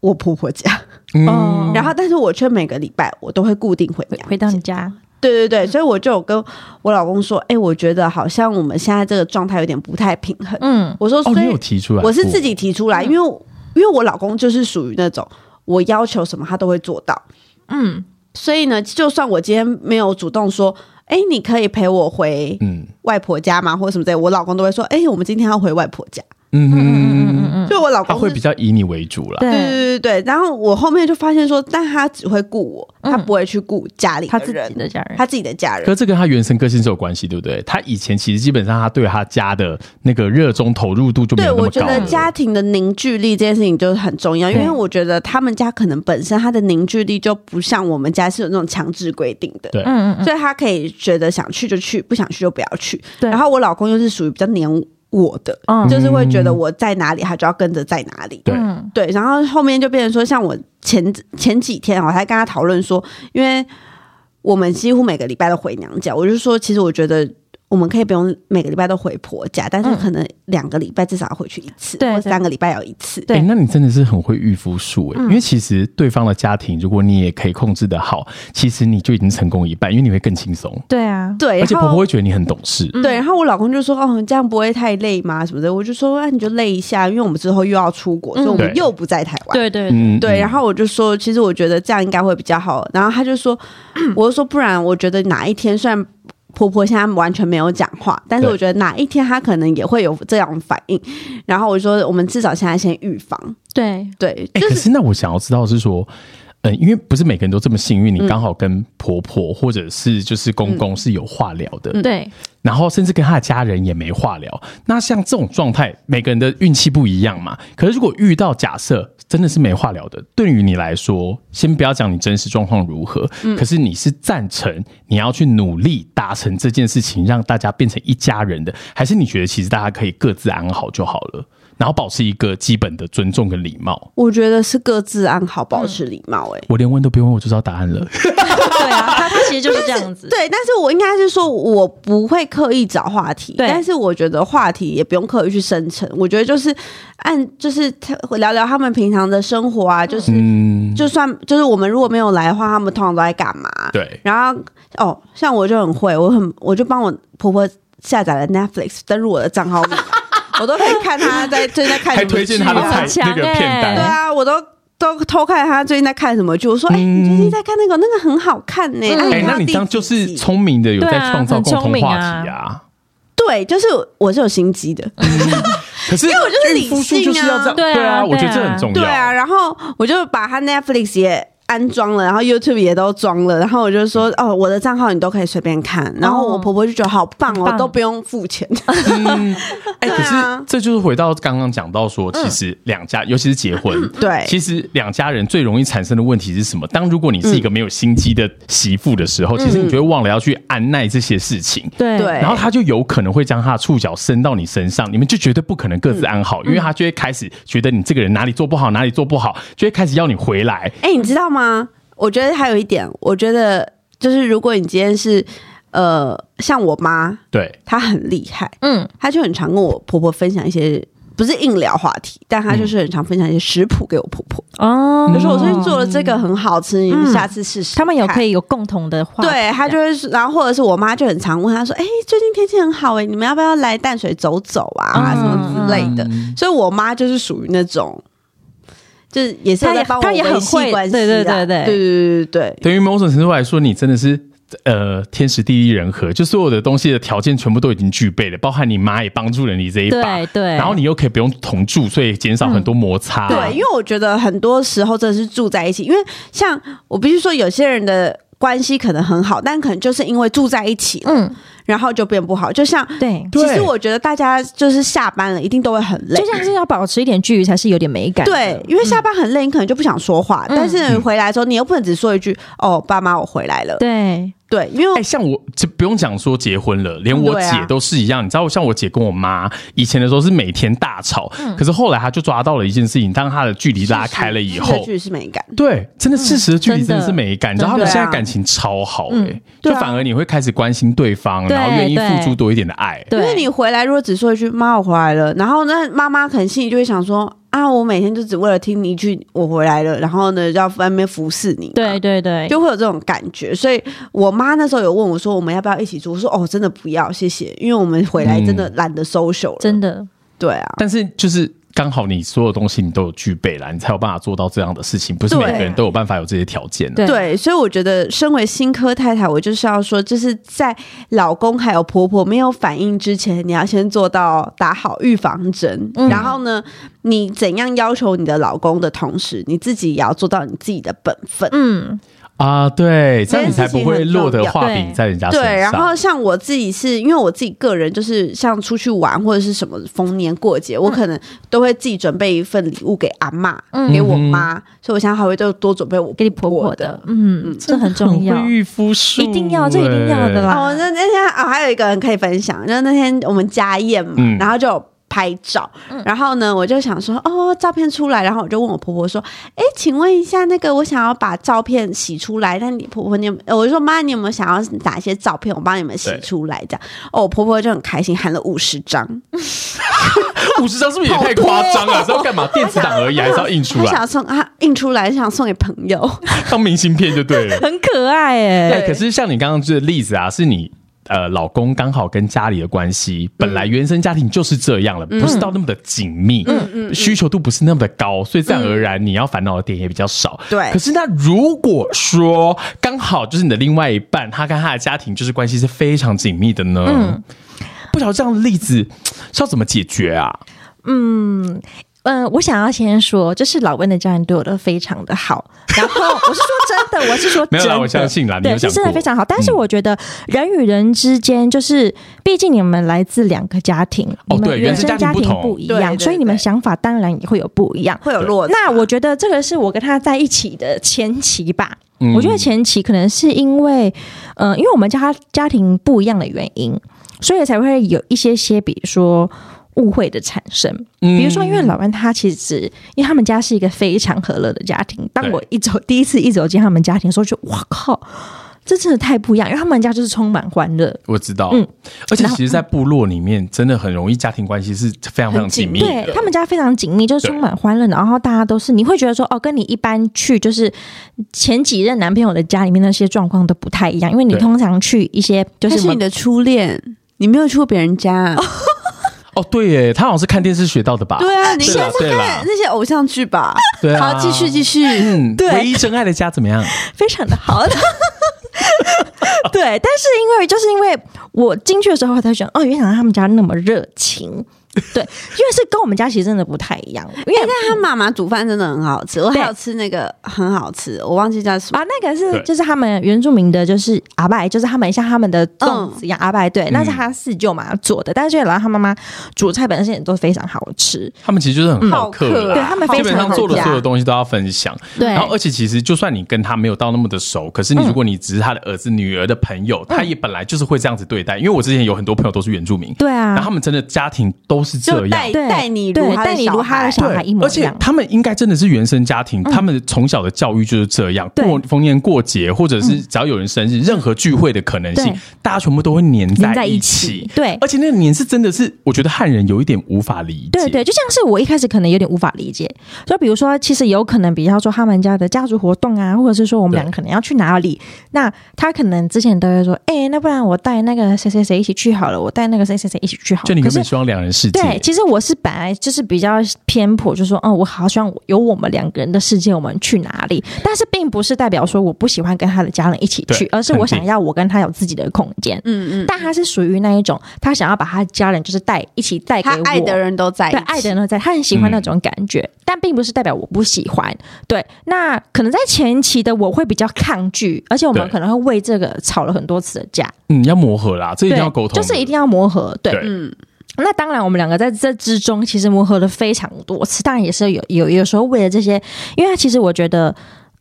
[SPEAKER 3] 我婆婆家。
[SPEAKER 1] 嗯
[SPEAKER 4] 哦
[SPEAKER 3] 然后，但是我却每个礼拜我都会固定回娘
[SPEAKER 4] 回回到你家，
[SPEAKER 3] 对对对，所以我就有跟我老公说，哎、我觉得好像我们现在这个状态有点不太平衡。
[SPEAKER 4] 嗯，
[SPEAKER 3] 我说，
[SPEAKER 1] 哦，
[SPEAKER 3] 所
[SPEAKER 1] 你
[SPEAKER 3] 以
[SPEAKER 1] 有提出来过，
[SPEAKER 3] 我是自己提出来，因为我因为我老公就是属于那种我要求什么他都会做到，
[SPEAKER 4] 嗯，
[SPEAKER 3] 所以呢，就算我今天没有主动说，哎、你可以陪我回
[SPEAKER 1] 嗯，
[SPEAKER 3] 外婆家吗，或者什么之类，我老公都会说，哎、我们今天要回外婆家，
[SPEAKER 1] 嗯嗯嗯
[SPEAKER 4] 嗯嗯
[SPEAKER 1] 嗯嗯，
[SPEAKER 4] 嗯，
[SPEAKER 3] 所以我老
[SPEAKER 1] 他
[SPEAKER 3] 公
[SPEAKER 1] 会
[SPEAKER 3] 是
[SPEAKER 1] 比较以你为主啦。
[SPEAKER 3] 对对
[SPEAKER 4] 对，
[SPEAKER 3] 对对对，然后我后面就发现说，但他只会顾我，他
[SPEAKER 4] 嗯
[SPEAKER 3] 不会去顾家里
[SPEAKER 4] 他
[SPEAKER 3] 的
[SPEAKER 4] 自己
[SPEAKER 3] 人，
[SPEAKER 4] 的家人，
[SPEAKER 3] 他自己的家人
[SPEAKER 1] 可。这跟他原生个性是有关系，对不对？他以前其实基本上他对他家的那个热衷投入度就没
[SPEAKER 3] 对，
[SPEAKER 1] 有那
[SPEAKER 3] 我
[SPEAKER 1] 么
[SPEAKER 3] 觉
[SPEAKER 1] 高
[SPEAKER 3] 得
[SPEAKER 1] 了。
[SPEAKER 3] 家庭的凝聚力这件事情就是很重要，因为
[SPEAKER 1] 对
[SPEAKER 3] 我觉得他们家可能本身他的凝聚力就不像我们家是有那种强制规定的，
[SPEAKER 1] 对
[SPEAKER 4] 嗯嗯嗯，
[SPEAKER 3] 所以他可以觉得想去就去，不想去就不要去。
[SPEAKER 4] 对
[SPEAKER 3] 然后我老公又是属于比较黏我的，
[SPEAKER 4] 嗯
[SPEAKER 3] 就是会觉得我在哪里，他就要跟着在哪里。
[SPEAKER 1] 对
[SPEAKER 4] 嗯
[SPEAKER 3] 对，然后后面就变成说，像我前前几天我还跟他讨论说，因为我们几乎每个礼拜都回娘家，我就说，其实我觉得我们可以不用每个礼拜都回婆家，但是
[SPEAKER 4] 嗯
[SPEAKER 3] 可能两个礼拜至少要回去一次，
[SPEAKER 4] 对
[SPEAKER 3] 或
[SPEAKER 4] 对
[SPEAKER 3] 三个礼拜要一次。
[SPEAKER 4] 对
[SPEAKER 1] 哎、那你真的是很会御夫术
[SPEAKER 3] 嗯
[SPEAKER 1] 哎、因为其实对方的家庭，如果你也可以控制的好，其实你就已经成功一半，因为你会更轻松，
[SPEAKER 4] 对啊，
[SPEAKER 3] 对，
[SPEAKER 1] 而且
[SPEAKER 3] 然
[SPEAKER 1] 婆
[SPEAKER 3] 后
[SPEAKER 1] 婆会觉得你很懂事。
[SPEAKER 4] 嗯
[SPEAKER 3] 对，然后我老公就说：“哦，这样不会太累吗？什么的。”我就说：“啊那、你就累一下，因为我们之后又要出国，所以我们
[SPEAKER 4] 嗯
[SPEAKER 1] 对
[SPEAKER 3] 又不在台湾。
[SPEAKER 4] 对对
[SPEAKER 1] 嗯，
[SPEAKER 3] 对，
[SPEAKER 1] 嗯
[SPEAKER 3] 然后我就说，其实我觉得这样应该会比较好。然后他 就说，我就说，不然我觉得哪一天虽然。婆婆现在完全没有讲话，但是
[SPEAKER 1] 对
[SPEAKER 3] 我觉得哪一天她可能也会有这样的反应。然后我就说，我们至少现在先预防，
[SPEAKER 4] 对，
[SPEAKER 3] 对，
[SPEAKER 1] 哎、
[SPEAKER 3] 就
[SPEAKER 1] 可
[SPEAKER 3] 是
[SPEAKER 1] 是那我想要知道的是说，嗯，因为不是每个人都这么幸运，
[SPEAKER 3] 嗯
[SPEAKER 1] 你刚好跟婆婆或者是就是公公是有话聊
[SPEAKER 3] 嗯
[SPEAKER 1] 的，
[SPEAKER 4] 对，
[SPEAKER 1] 然后甚至跟他的家人也没话聊。那像这种状态，每个人的运气不一样嘛。可是如果遇到假设真的是没话聊的，对于你来说，先不要讲你真实状况如何，可是你是赞成你要去努力达成这件事情，让大家变成一家人的，还是你觉得其实大家可以各自安好就好了，然后保持一个基本的尊重跟礼貌？
[SPEAKER 3] 我觉得是各自安好，保持礼貌、哎、
[SPEAKER 1] 我连问都不用问，我就知道答案了。
[SPEAKER 4] 对啊，他他其实就是这样 子，
[SPEAKER 3] 对，但是我应该是说，我不会刻意找话题，
[SPEAKER 4] 对
[SPEAKER 3] 但是我觉得话题也不用刻意去生成。我觉得就是按就是他聊聊他们平常的生活啊，就是、
[SPEAKER 1] 嗯，
[SPEAKER 3] 就算就是我们如果没有来的话，他们通常都在干嘛？
[SPEAKER 1] 对，
[SPEAKER 3] 然后哦，像我就很会，我很我就帮我婆婆下载了 Netflix，登入我的账号密码， 我都可以看她在最近在看什
[SPEAKER 1] 还
[SPEAKER 3] 么
[SPEAKER 1] 推荐
[SPEAKER 3] 剧
[SPEAKER 1] 他的
[SPEAKER 3] 啊
[SPEAKER 1] 菜
[SPEAKER 4] 强
[SPEAKER 1] 那个
[SPEAKER 4] 欸
[SPEAKER 1] 片单。
[SPEAKER 3] 对啊，我都。都偷看她最近在看什么剧，我说：“哎、你最近在看那个，那个很好看呢、
[SPEAKER 4] 嗯
[SPEAKER 3] 啊
[SPEAKER 1] 嗯哎、
[SPEAKER 3] 看
[SPEAKER 1] 那
[SPEAKER 3] 到
[SPEAKER 1] 你
[SPEAKER 3] 第
[SPEAKER 1] 这样
[SPEAKER 3] 几
[SPEAKER 1] 就是
[SPEAKER 3] 集
[SPEAKER 1] 聪明的，有
[SPEAKER 4] 对
[SPEAKER 1] 在
[SPEAKER 4] 啊
[SPEAKER 1] 创造
[SPEAKER 4] 很
[SPEAKER 1] 共
[SPEAKER 4] 聪
[SPEAKER 1] 同
[SPEAKER 4] 明
[SPEAKER 1] 话
[SPEAKER 4] 啊
[SPEAKER 1] 题啊。
[SPEAKER 3] 对，就是我是有心机的，
[SPEAKER 1] 可是因为
[SPEAKER 3] 我就是理性啊
[SPEAKER 1] 就是要这样，
[SPEAKER 4] 对啊
[SPEAKER 1] 啊，我觉
[SPEAKER 4] 对
[SPEAKER 1] 得
[SPEAKER 4] 啊
[SPEAKER 1] 这很重要。
[SPEAKER 3] 对啊。然后我就把她 Netflix 也安装了，然后 YouTube 也都装了，然后我就说
[SPEAKER 4] 嗯
[SPEAKER 3] 哦，我的账号你都可以随便看。然后我婆婆就觉得好棒哦，
[SPEAKER 4] 哦很棒
[SPEAKER 3] 都不用 付钱。
[SPEAKER 1] 哎、可
[SPEAKER 3] 对啊
[SPEAKER 1] 是这就是回到刚刚讲到说，其实两家，尤其是结婚，
[SPEAKER 3] 对
[SPEAKER 1] 其实两家人最容易产生的问题是什么？当如果你是一个没有心机的媳妇的时候，其实你就会忘了要去按耐这些事情。
[SPEAKER 4] 对
[SPEAKER 3] 对
[SPEAKER 1] 然后他就有可能会将他的触角伸到你身上，你们就绝对不可能各自安好，因为他就会开始觉得你这个人哪里做不好，哪里做不好，就会开始要你回来。
[SPEAKER 3] 哎、你知道吗？我觉得还有一点，我觉得就是如果你今天是呃，像我妈，
[SPEAKER 1] 对，
[SPEAKER 3] 她很厉害，
[SPEAKER 4] 嗯，
[SPEAKER 3] 她就很常跟我婆婆分享一些不是硬聊话题，但她就是很常分享一些食谱给我婆婆，
[SPEAKER 4] 嗯哦
[SPEAKER 1] 嗯
[SPEAKER 4] 嗯
[SPEAKER 3] 就说我最近做了这个很好吃，你们下次试试看。
[SPEAKER 4] 他们有可以有共同的话题，
[SPEAKER 3] 对他就会说，然后或者是我妈就很常问他说：“哎、最近天气很好哎、你们要不要来淡水走走啊？
[SPEAKER 4] 嗯
[SPEAKER 3] 什么之类的。所以我妈就是属于那种，就是也是有
[SPEAKER 4] 她也
[SPEAKER 3] 在帮我
[SPEAKER 4] 她也很
[SPEAKER 3] 维系
[SPEAKER 4] 会
[SPEAKER 3] 关系
[SPEAKER 4] 对对
[SPEAKER 3] 啦
[SPEAKER 4] 对对
[SPEAKER 3] 对对对对对
[SPEAKER 1] 等于某种程度来说，你真的是呃天时地利人和，就所有的东西的条件全部都已经具备了，包含你妈也帮助了你这一把，
[SPEAKER 4] 嗯对对
[SPEAKER 1] 然后你又可以不用同住，所以减少很多摩
[SPEAKER 4] 啊
[SPEAKER 1] 擦。
[SPEAKER 3] 嗯对，因为我觉得很多时候真的是住在一起，因为像我必须说，有些人的关系可能很好，但可能就是因为住在一起了，
[SPEAKER 4] 嗯，
[SPEAKER 3] 然后就变不好。就像
[SPEAKER 4] 对，
[SPEAKER 1] 对
[SPEAKER 3] 其实我觉得大家就是下班了，一定都会很累
[SPEAKER 4] 就，像是要保持一点距离才是有点美感的，
[SPEAKER 3] 对，因为下班很累，你可能就不想说话，但是你回来的时候，你又不能只说一句“哦，爸妈，我回来了”。
[SPEAKER 4] 对，
[SPEAKER 3] 对，因
[SPEAKER 1] 哎、
[SPEAKER 3] 为
[SPEAKER 1] 像我就不用讲说结婚了，连我
[SPEAKER 3] 对啊
[SPEAKER 1] 姐都是一样。你知道，像我姐跟我妈以前的时候是每天大吵，
[SPEAKER 3] 嗯
[SPEAKER 1] 可是后来她就抓到了一件事情，当她的距离拉开了以后
[SPEAKER 3] 这，句是美感。
[SPEAKER 1] 对，真的事实的距离
[SPEAKER 4] 真的
[SPEAKER 1] 真的是美感。你知道他们
[SPEAKER 3] 嗯真的
[SPEAKER 1] 现在
[SPEAKER 3] 啊
[SPEAKER 1] 感情超好哎、
[SPEAKER 4] 嗯
[SPEAKER 1] 就
[SPEAKER 3] 对啊
[SPEAKER 1] 反而你会开始关心对方，
[SPEAKER 4] 对
[SPEAKER 1] 然后愿意付
[SPEAKER 4] 对
[SPEAKER 1] 出多一点的爱。
[SPEAKER 3] 因为
[SPEAKER 4] 对，
[SPEAKER 3] 你回来如果只说一句“妈，我回来了”，然后那妈妈可能心里就会想说：“啊，我每天就只为了听你一句‘我回来了’，然后呢，要在那边服侍你。”
[SPEAKER 4] 对。对对，
[SPEAKER 3] 就会有这种感觉，所以我妈那时候有问我说我们要不要一起住，我说哦真的不要，谢谢，因为我们回来真的懒得 social 了，
[SPEAKER 4] 真
[SPEAKER 1] 嗯
[SPEAKER 4] 的，
[SPEAKER 3] 对啊，
[SPEAKER 1] 但是就是刚好你所有东西你都有具备了，你才有办法做到这样的事情。不是每
[SPEAKER 3] 对
[SPEAKER 1] 个人都有办法有这些条件、啊。
[SPEAKER 4] 对
[SPEAKER 3] 对，所以我觉得身为新科太太，我就是要说，就是在老公还有婆婆没有反应之前，你要先做到打好预防针。
[SPEAKER 4] 嗯
[SPEAKER 3] 然后呢，你怎样要求你的老公的同时，你自己也要做到你自己的本分。
[SPEAKER 4] 嗯，
[SPEAKER 1] 啊，对，这样你才不会落
[SPEAKER 3] 这
[SPEAKER 1] 得
[SPEAKER 3] 件事情很
[SPEAKER 1] 画
[SPEAKER 4] 重要
[SPEAKER 1] 饼在人家身
[SPEAKER 3] 对
[SPEAKER 1] 上。，
[SPEAKER 3] 然后像我自己是因为我自己个人就是像出去玩或者是什么逢年过节，
[SPEAKER 4] 嗯
[SPEAKER 3] 我可能都会自己准备一份礼物给阿妈、给
[SPEAKER 4] 嗯
[SPEAKER 3] 我妈，所以我现在还会就多准备我
[SPEAKER 4] 给你婆婆
[SPEAKER 3] 婆
[SPEAKER 4] 的，嗯，这很重要
[SPEAKER 1] 很，会御夫术欸，
[SPEAKER 4] 一定要，这一定要的啦，
[SPEAKER 3] 哦，那那天啊、哦，还有一个人可以分享，就是那天我们家宴嘛，
[SPEAKER 1] 嗯
[SPEAKER 3] 然后就有拍照，然后呢，我就想说，哦，照片出来，然后我就问我婆婆说，哎，请问一下，那个我想要把照片洗出来，那你婆婆你有，呃我就说妈，你有没有想要哪些照片，我帮你们洗
[SPEAKER 1] 对
[SPEAKER 3] 出来这样？哦，我婆婆就很开心，喊了五十张，
[SPEAKER 1] 五十张是不是也太夸张 了？是要干嘛？电子档而已，还是要印出
[SPEAKER 3] 她想
[SPEAKER 1] 来
[SPEAKER 3] 要送啊，印出来想送给朋友，
[SPEAKER 1] 当明信片就对了。
[SPEAKER 4] 很可爱哎，
[SPEAKER 1] 对，可是像你刚刚这个例子啊，是你。呃，老公刚好跟家里的关
[SPEAKER 4] 嗯
[SPEAKER 1] 系本来原生家庭就是这样了，不是到那么的紧密，
[SPEAKER 4] 嗯
[SPEAKER 1] 需求度不是那么的高，所以自然而然你要烦恼的点也比较少。
[SPEAKER 4] 嗯
[SPEAKER 3] 对
[SPEAKER 1] 可是那如果说刚好就是你的另外一半，他跟他的家庭就是关系是非常紧密的呢？
[SPEAKER 4] 嗯
[SPEAKER 1] 不晓得这样的例子是要怎么解决啊？
[SPEAKER 4] 嗯，我想要先说，就是老温的家人对我都非常 的好。然后我是说真的，我是说
[SPEAKER 1] 没
[SPEAKER 4] 真
[SPEAKER 1] 有啦
[SPEAKER 4] 的，
[SPEAKER 1] 我相信啦你有
[SPEAKER 4] 对，是
[SPEAKER 1] 讲
[SPEAKER 4] 真的
[SPEAKER 1] 过嗯
[SPEAKER 4] 非常好。但是我觉得人与人之间，就是毕竟你们来自两个家庭，
[SPEAKER 1] 哦
[SPEAKER 4] 你
[SPEAKER 1] 对
[SPEAKER 4] 们
[SPEAKER 1] 原
[SPEAKER 4] 原
[SPEAKER 1] 生
[SPEAKER 4] 生
[SPEAKER 1] 家庭
[SPEAKER 4] 家
[SPEAKER 1] 不
[SPEAKER 4] 庭
[SPEAKER 1] 同
[SPEAKER 4] 不一
[SPEAKER 3] 对
[SPEAKER 4] 样，
[SPEAKER 3] 对
[SPEAKER 4] 所以你们
[SPEAKER 3] 对
[SPEAKER 4] 想法当然也会有不一样。
[SPEAKER 3] 会有落差。
[SPEAKER 4] 那我觉得这个是我跟他在一起的前期吧。
[SPEAKER 1] 嗯
[SPEAKER 4] 我觉得前期可能是因为，呃，因为我们家家庭不一样的原因，所以才会有一些些，比如说误会的产生。比如说，因为老班他其实，因为他们家是一个非常和乐的家庭。当
[SPEAKER 1] 对
[SPEAKER 4] 我一走第一次一走进他们家庭的时候，就哇靠，这真的太不一样，因为他们家就是充满欢乐。
[SPEAKER 1] 我知道，
[SPEAKER 4] 嗯
[SPEAKER 1] 而且其实，在部落里面，真的很容易家庭关系是非常非常紧密的。
[SPEAKER 4] 对他们家非常紧密，就是
[SPEAKER 1] 对
[SPEAKER 4] 充满欢乐，然后大家都是你会觉得说哦，跟你一般去就是前几任男朋友的家里面那些状况都不太一样，因为你
[SPEAKER 1] 对
[SPEAKER 4] 通常去一些就
[SPEAKER 3] 他
[SPEAKER 4] 是
[SPEAKER 3] 是
[SPEAKER 4] 我们
[SPEAKER 3] 你的初恋，你没有去过别人家，啊
[SPEAKER 1] 哦，对耶，他好像是看电视学到的吧？
[SPEAKER 3] 对啊，你
[SPEAKER 1] 对
[SPEAKER 3] 现
[SPEAKER 1] 啦
[SPEAKER 3] 在是
[SPEAKER 1] 对啦
[SPEAKER 3] 看那些偶像剧吧？
[SPEAKER 1] 对啊
[SPEAKER 3] 好，继续继续。
[SPEAKER 1] 嗯，
[SPEAKER 4] 对
[SPEAKER 1] 唯一真爱的家怎么样？
[SPEAKER 4] 非常的 好对，但是因为就是因为我进去的时候，我才觉得哦，原来他们家那么热情，对，因为是跟我们家其实真的不太一样，因为
[SPEAKER 3] 哎但他妈妈煮饭真的很好吃，我还有吃那个很好吃，我忘记叫什么。
[SPEAKER 4] 啊，那个是
[SPEAKER 1] 对
[SPEAKER 4] 就是他们原住民的，就是阿拜，就是他们像他们的粽
[SPEAKER 3] 嗯
[SPEAKER 4] 子一样、阿拜，对，
[SPEAKER 1] 嗯
[SPEAKER 4] 那是他四舅妈做的，但是然后他妈妈煮菜本身也都非常好吃，
[SPEAKER 1] 他们其实就是很好客
[SPEAKER 3] 好客
[SPEAKER 1] 啦，
[SPEAKER 3] 啊对
[SPEAKER 4] 他们非
[SPEAKER 1] 基
[SPEAKER 4] 常
[SPEAKER 1] 本上做的
[SPEAKER 4] 好客
[SPEAKER 1] 所有东西都要分享。
[SPEAKER 4] 对
[SPEAKER 1] 然后而且其实就算你跟他没有到那么的熟，可是你如果你只是他的儿子、女儿的朋友，他也本来就是会这样子对待。因为我之前有很多朋友都是原住民，
[SPEAKER 4] 对啊
[SPEAKER 1] 然后他们真的家庭都是这
[SPEAKER 3] 就
[SPEAKER 1] 样
[SPEAKER 3] 带。
[SPEAKER 4] 对
[SPEAKER 3] 带你如
[SPEAKER 4] 对
[SPEAKER 3] 他的
[SPEAKER 4] 带你如
[SPEAKER 3] 小
[SPEAKER 4] 他的
[SPEAKER 3] 孩
[SPEAKER 4] 小孩一模
[SPEAKER 1] 而
[SPEAKER 4] 一
[SPEAKER 1] 且
[SPEAKER 4] 样。嗯
[SPEAKER 1] 他们应该真的是原生家庭，他们从小的教育就是这样。
[SPEAKER 4] 对嗯
[SPEAKER 1] 过逢年过节，或者是只要有人生日，任何聚会的可能性
[SPEAKER 4] 对，
[SPEAKER 1] 大家全部都会黏
[SPEAKER 4] 黏在
[SPEAKER 1] 一
[SPEAKER 4] 一起对
[SPEAKER 1] 而且那个黏是真的是，我觉得汉人有一点无法理解。
[SPEAKER 4] 对对，就像是我一开始可能有点无法理解，就比如说，其实有可能比较说他们家的家族活动啊，或者是说我们
[SPEAKER 1] 对
[SPEAKER 4] 两个可能要去哪里，那他可能之前都会说，哎、那不然我带那个谁谁谁一起去好了，我带那个谁谁谁一起去好了。
[SPEAKER 1] 就你
[SPEAKER 4] 可
[SPEAKER 1] 根
[SPEAKER 4] 是
[SPEAKER 1] 本希望两人世界。
[SPEAKER 4] 对，其实我是本来就是比较偏颇，就说，哦，我好希望有我们两个人的世界，我们去哪里？但是并不是代表说我不喜欢跟他的家人一起去
[SPEAKER 1] 对，
[SPEAKER 4] 而是我
[SPEAKER 1] 肯定
[SPEAKER 4] 想要我跟他有自己的空间。
[SPEAKER 3] 嗯嗯，
[SPEAKER 4] 但他是属于那一种，他想要把他家人就是带一起带给
[SPEAKER 3] 他
[SPEAKER 4] 我
[SPEAKER 3] 爱的人都在一起，
[SPEAKER 4] 对爱的人都在，他很喜欢那种感觉，
[SPEAKER 1] 嗯
[SPEAKER 4] 但并不是代表我不喜欢。对，那可能在前期的我会比较抗拒，而且我们
[SPEAKER 1] 对
[SPEAKER 4] 可能会为这个吵了很多次的架，
[SPEAKER 1] 嗯，要磨合啦，这一定
[SPEAKER 4] 对，
[SPEAKER 1] 要沟通的，
[SPEAKER 4] 就是一定要磨合，对。
[SPEAKER 1] 对
[SPEAKER 3] 嗯，
[SPEAKER 4] 那当然，我们两个在这之中其实磨合了非常多次，当然也是有有有时候为了这些，因为其实我觉得，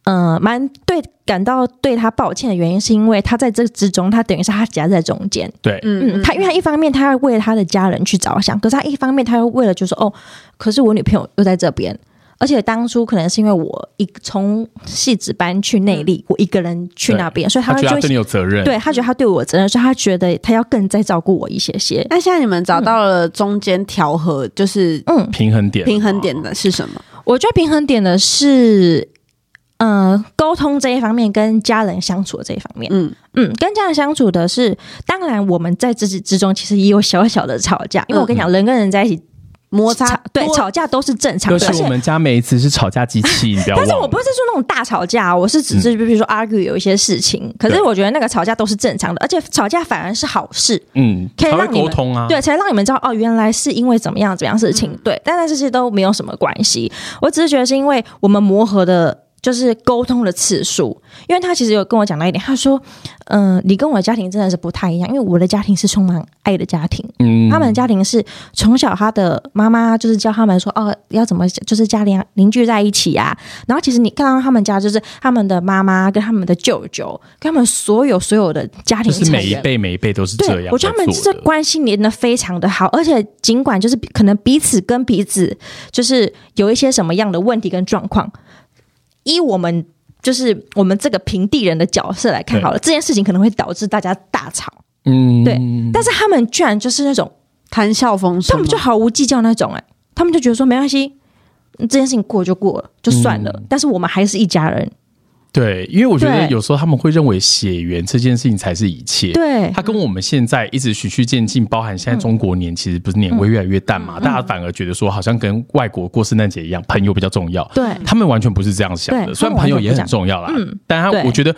[SPEAKER 4] 嗯、蛮对感到对他抱歉的原因，是因为他在这之中，他等于是他夹在中间。
[SPEAKER 1] 对，
[SPEAKER 3] 嗯
[SPEAKER 4] 嗯，他因为他一方面他要为了他的家人去着想，可是他一方面他又为了就是哦，可是我女朋友又在这边，而且当初可能是因为我一从戏子班去内
[SPEAKER 3] 嗯
[SPEAKER 4] 力，我一个人去
[SPEAKER 1] 对
[SPEAKER 4] 那边，所以
[SPEAKER 1] 他
[SPEAKER 4] 他
[SPEAKER 1] 觉
[SPEAKER 4] 就
[SPEAKER 1] 得他
[SPEAKER 4] 会
[SPEAKER 1] 对你有责任，
[SPEAKER 4] 对他觉得他对我有责任，所以他觉得他要更再照顾我一些些。
[SPEAKER 3] 那现在你们找到了中间调和，就是
[SPEAKER 4] 嗯，
[SPEAKER 1] 平衡点，
[SPEAKER 3] 平衡点的是什么？
[SPEAKER 4] 我觉得平衡点的是，呃，沟通这一方面跟家人相处的这一方面，
[SPEAKER 3] 嗯，
[SPEAKER 4] 嗯，跟家人相处的是，当然我们在自己之中其实也有小小的吵架，因为我跟你讲，人跟人在一起
[SPEAKER 3] 嗯摩擦
[SPEAKER 4] 吵对
[SPEAKER 3] 多
[SPEAKER 4] 吵架都是正常
[SPEAKER 1] 可
[SPEAKER 4] 的，而
[SPEAKER 1] 是我
[SPEAKER 4] 且。
[SPEAKER 1] 们家每一次是吵架机 器，你不要
[SPEAKER 4] 但
[SPEAKER 1] 忘
[SPEAKER 4] 是
[SPEAKER 1] 了。嗯
[SPEAKER 4] 我不是说那种大吵架哦，我是只是比如说 argue 有一些事情，可是我觉得那个吵架都是正常的，而且吵架反而是好事，
[SPEAKER 1] 嗯，
[SPEAKER 4] 可以
[SPEAKER 1] 才会
[SPEAKER 4] 让你们
[SPEAKER 1] 沟通啊，
[SPEAKER 4] 对，才让你们知道哦，原来是因为怎么样怎么样事
[SPEAKER 1] 嗯
[SPEAKER 4] 情，对，但但这些都没有什么关系。我只是觉得是因为我们磨合的，就是沟通的次数，因为他其实有跟我讲到一点，他说，嗯、你跟我的家庭真的是不太一样，因为我的家庭是充满爱的家庭，
[SPEAKER 1] 嗯，
[SPEAKER 4] 他们的家庭是从小他的妈妈就是教他们说，哦，要怎么就是家里邻居在一起啊。然后其实你看到他们家就是他们的妈妈跟他们的舅舅跟他们所有所有的家
[SPEAKER 1] 就
[SPEAKER 4] 庭
[SPEAKER 1] 是
[SPEAKER 4] 成
[SPEAKER 1] 每一
[SPEAKER 4] 员。
[SPEAKER 1] 辈每一辈都是这
[SPEAKER 4] 对，
[SPEAKER 1] 样。
[SPEAKER 4] 我觉得他们
[SPEAKER 1] 在
[SPEAKER 4] 这
[SPEAKER 1] 做的
[SPEAKER 4] 关系连的非常的好，而且尽管就是可能彼此跟彼此就是有一些什么样的问题跟状况，依我们就是我们这个平地人的角色来看好了，这件事情可能会导致大家大吵，
[SPEAKER 1] 嗯，
[SPEAKER 4] 对但是他们居然就是那种
[SPEAKER 3] 谈笑风生
[SPEAKER 4] 他
[SPEAKER 3] 吗，
[SPEAKER 4] 们就毫无计较那种、哎，他们就觉得说没关系，这件事情过就过了，就算了，
[SPEAKER 1] 嗯
[SPEAKER 4] 但是我们还是一家人，
[SPEAKER 1] 对，因为我觉得
[SPEAKER 4] 对
[SPEAKER 1] 有时候他们会认为血缘这件事情才是一切，
[SPEAKER 4] 对嗯
[SPEAKER 1] 它跟我们现在一直循序渐进，包含现在中国年其实不是年味越来越淡嘛，大家反而觉得说好像跟外国过圣诞节一样，朋友比较重要。
[SPEAKER 4] 对
[SPEAKER 1] 他们完全不是这样想的，
[SPEAKER 4] 对
[SPEAKER 1] 虽然
[SPEAKER 4] 他
[SPEAKER 1] 朋
[SPEAKER 4] 们完全嗯
[SPEAKER 1] 友也很重要啦，但他
[SPEAKER 4] 对
[SPEAKER 1] 我觉得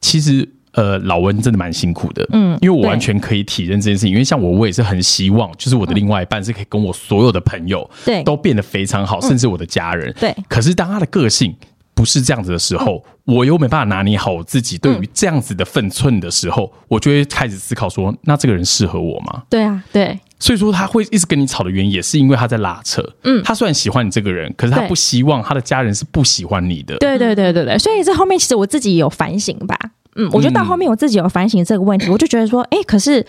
[SPEAKER 1] 其实。呃，老温真的蛮辛苦的，嗯
[SPEAKER 4] 嗯，
[SPEAKER 1] 因为我
[SPEAKER 4] 对
[SPEAKER 1] 完全可以体认这件事情，因为像我，我也是很希望，就是我的另外一半是可以跟我所有的朋友，
[SPEAKER 4] 嗯对嗯
[SPEAKER 1] 都变得非常好，甚至我的家人，
[SPEAKER 4] 对
[SPEAKER 1] 可是当他的个性不是这样子的时候，
[SPEAKER 4] 嗯
[SPEAKER 1] 我又没办法拿捏好我自己对于这样子的分寸的时候，我就会开始思考说，那这个人适合我吗？
[SPEAKER 4] 对啊，对
[SPEAKER 1] 所以说他会一直跟你吵的原因，也是因为他在拉扯。嗯，他虽然喜欢你这个人，可是他
[SPEAKER 4] 对
[SPEAKER 1] 不希望他的家人是不喜欢你的。
[SPEAKER 4] 对对对对对，所以这后面其实我自己有反省吧，嗯，我觉得到后面我自己有反省这个问题，我就觉得说，哎、可是。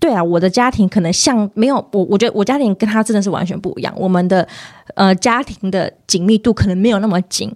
[SPEAKER 4] 对啊，我的家庭可能像没有我，我觉得我家庭跟他真的是完全不一样。我们的呃家庭的紧密度可能没有那么紧，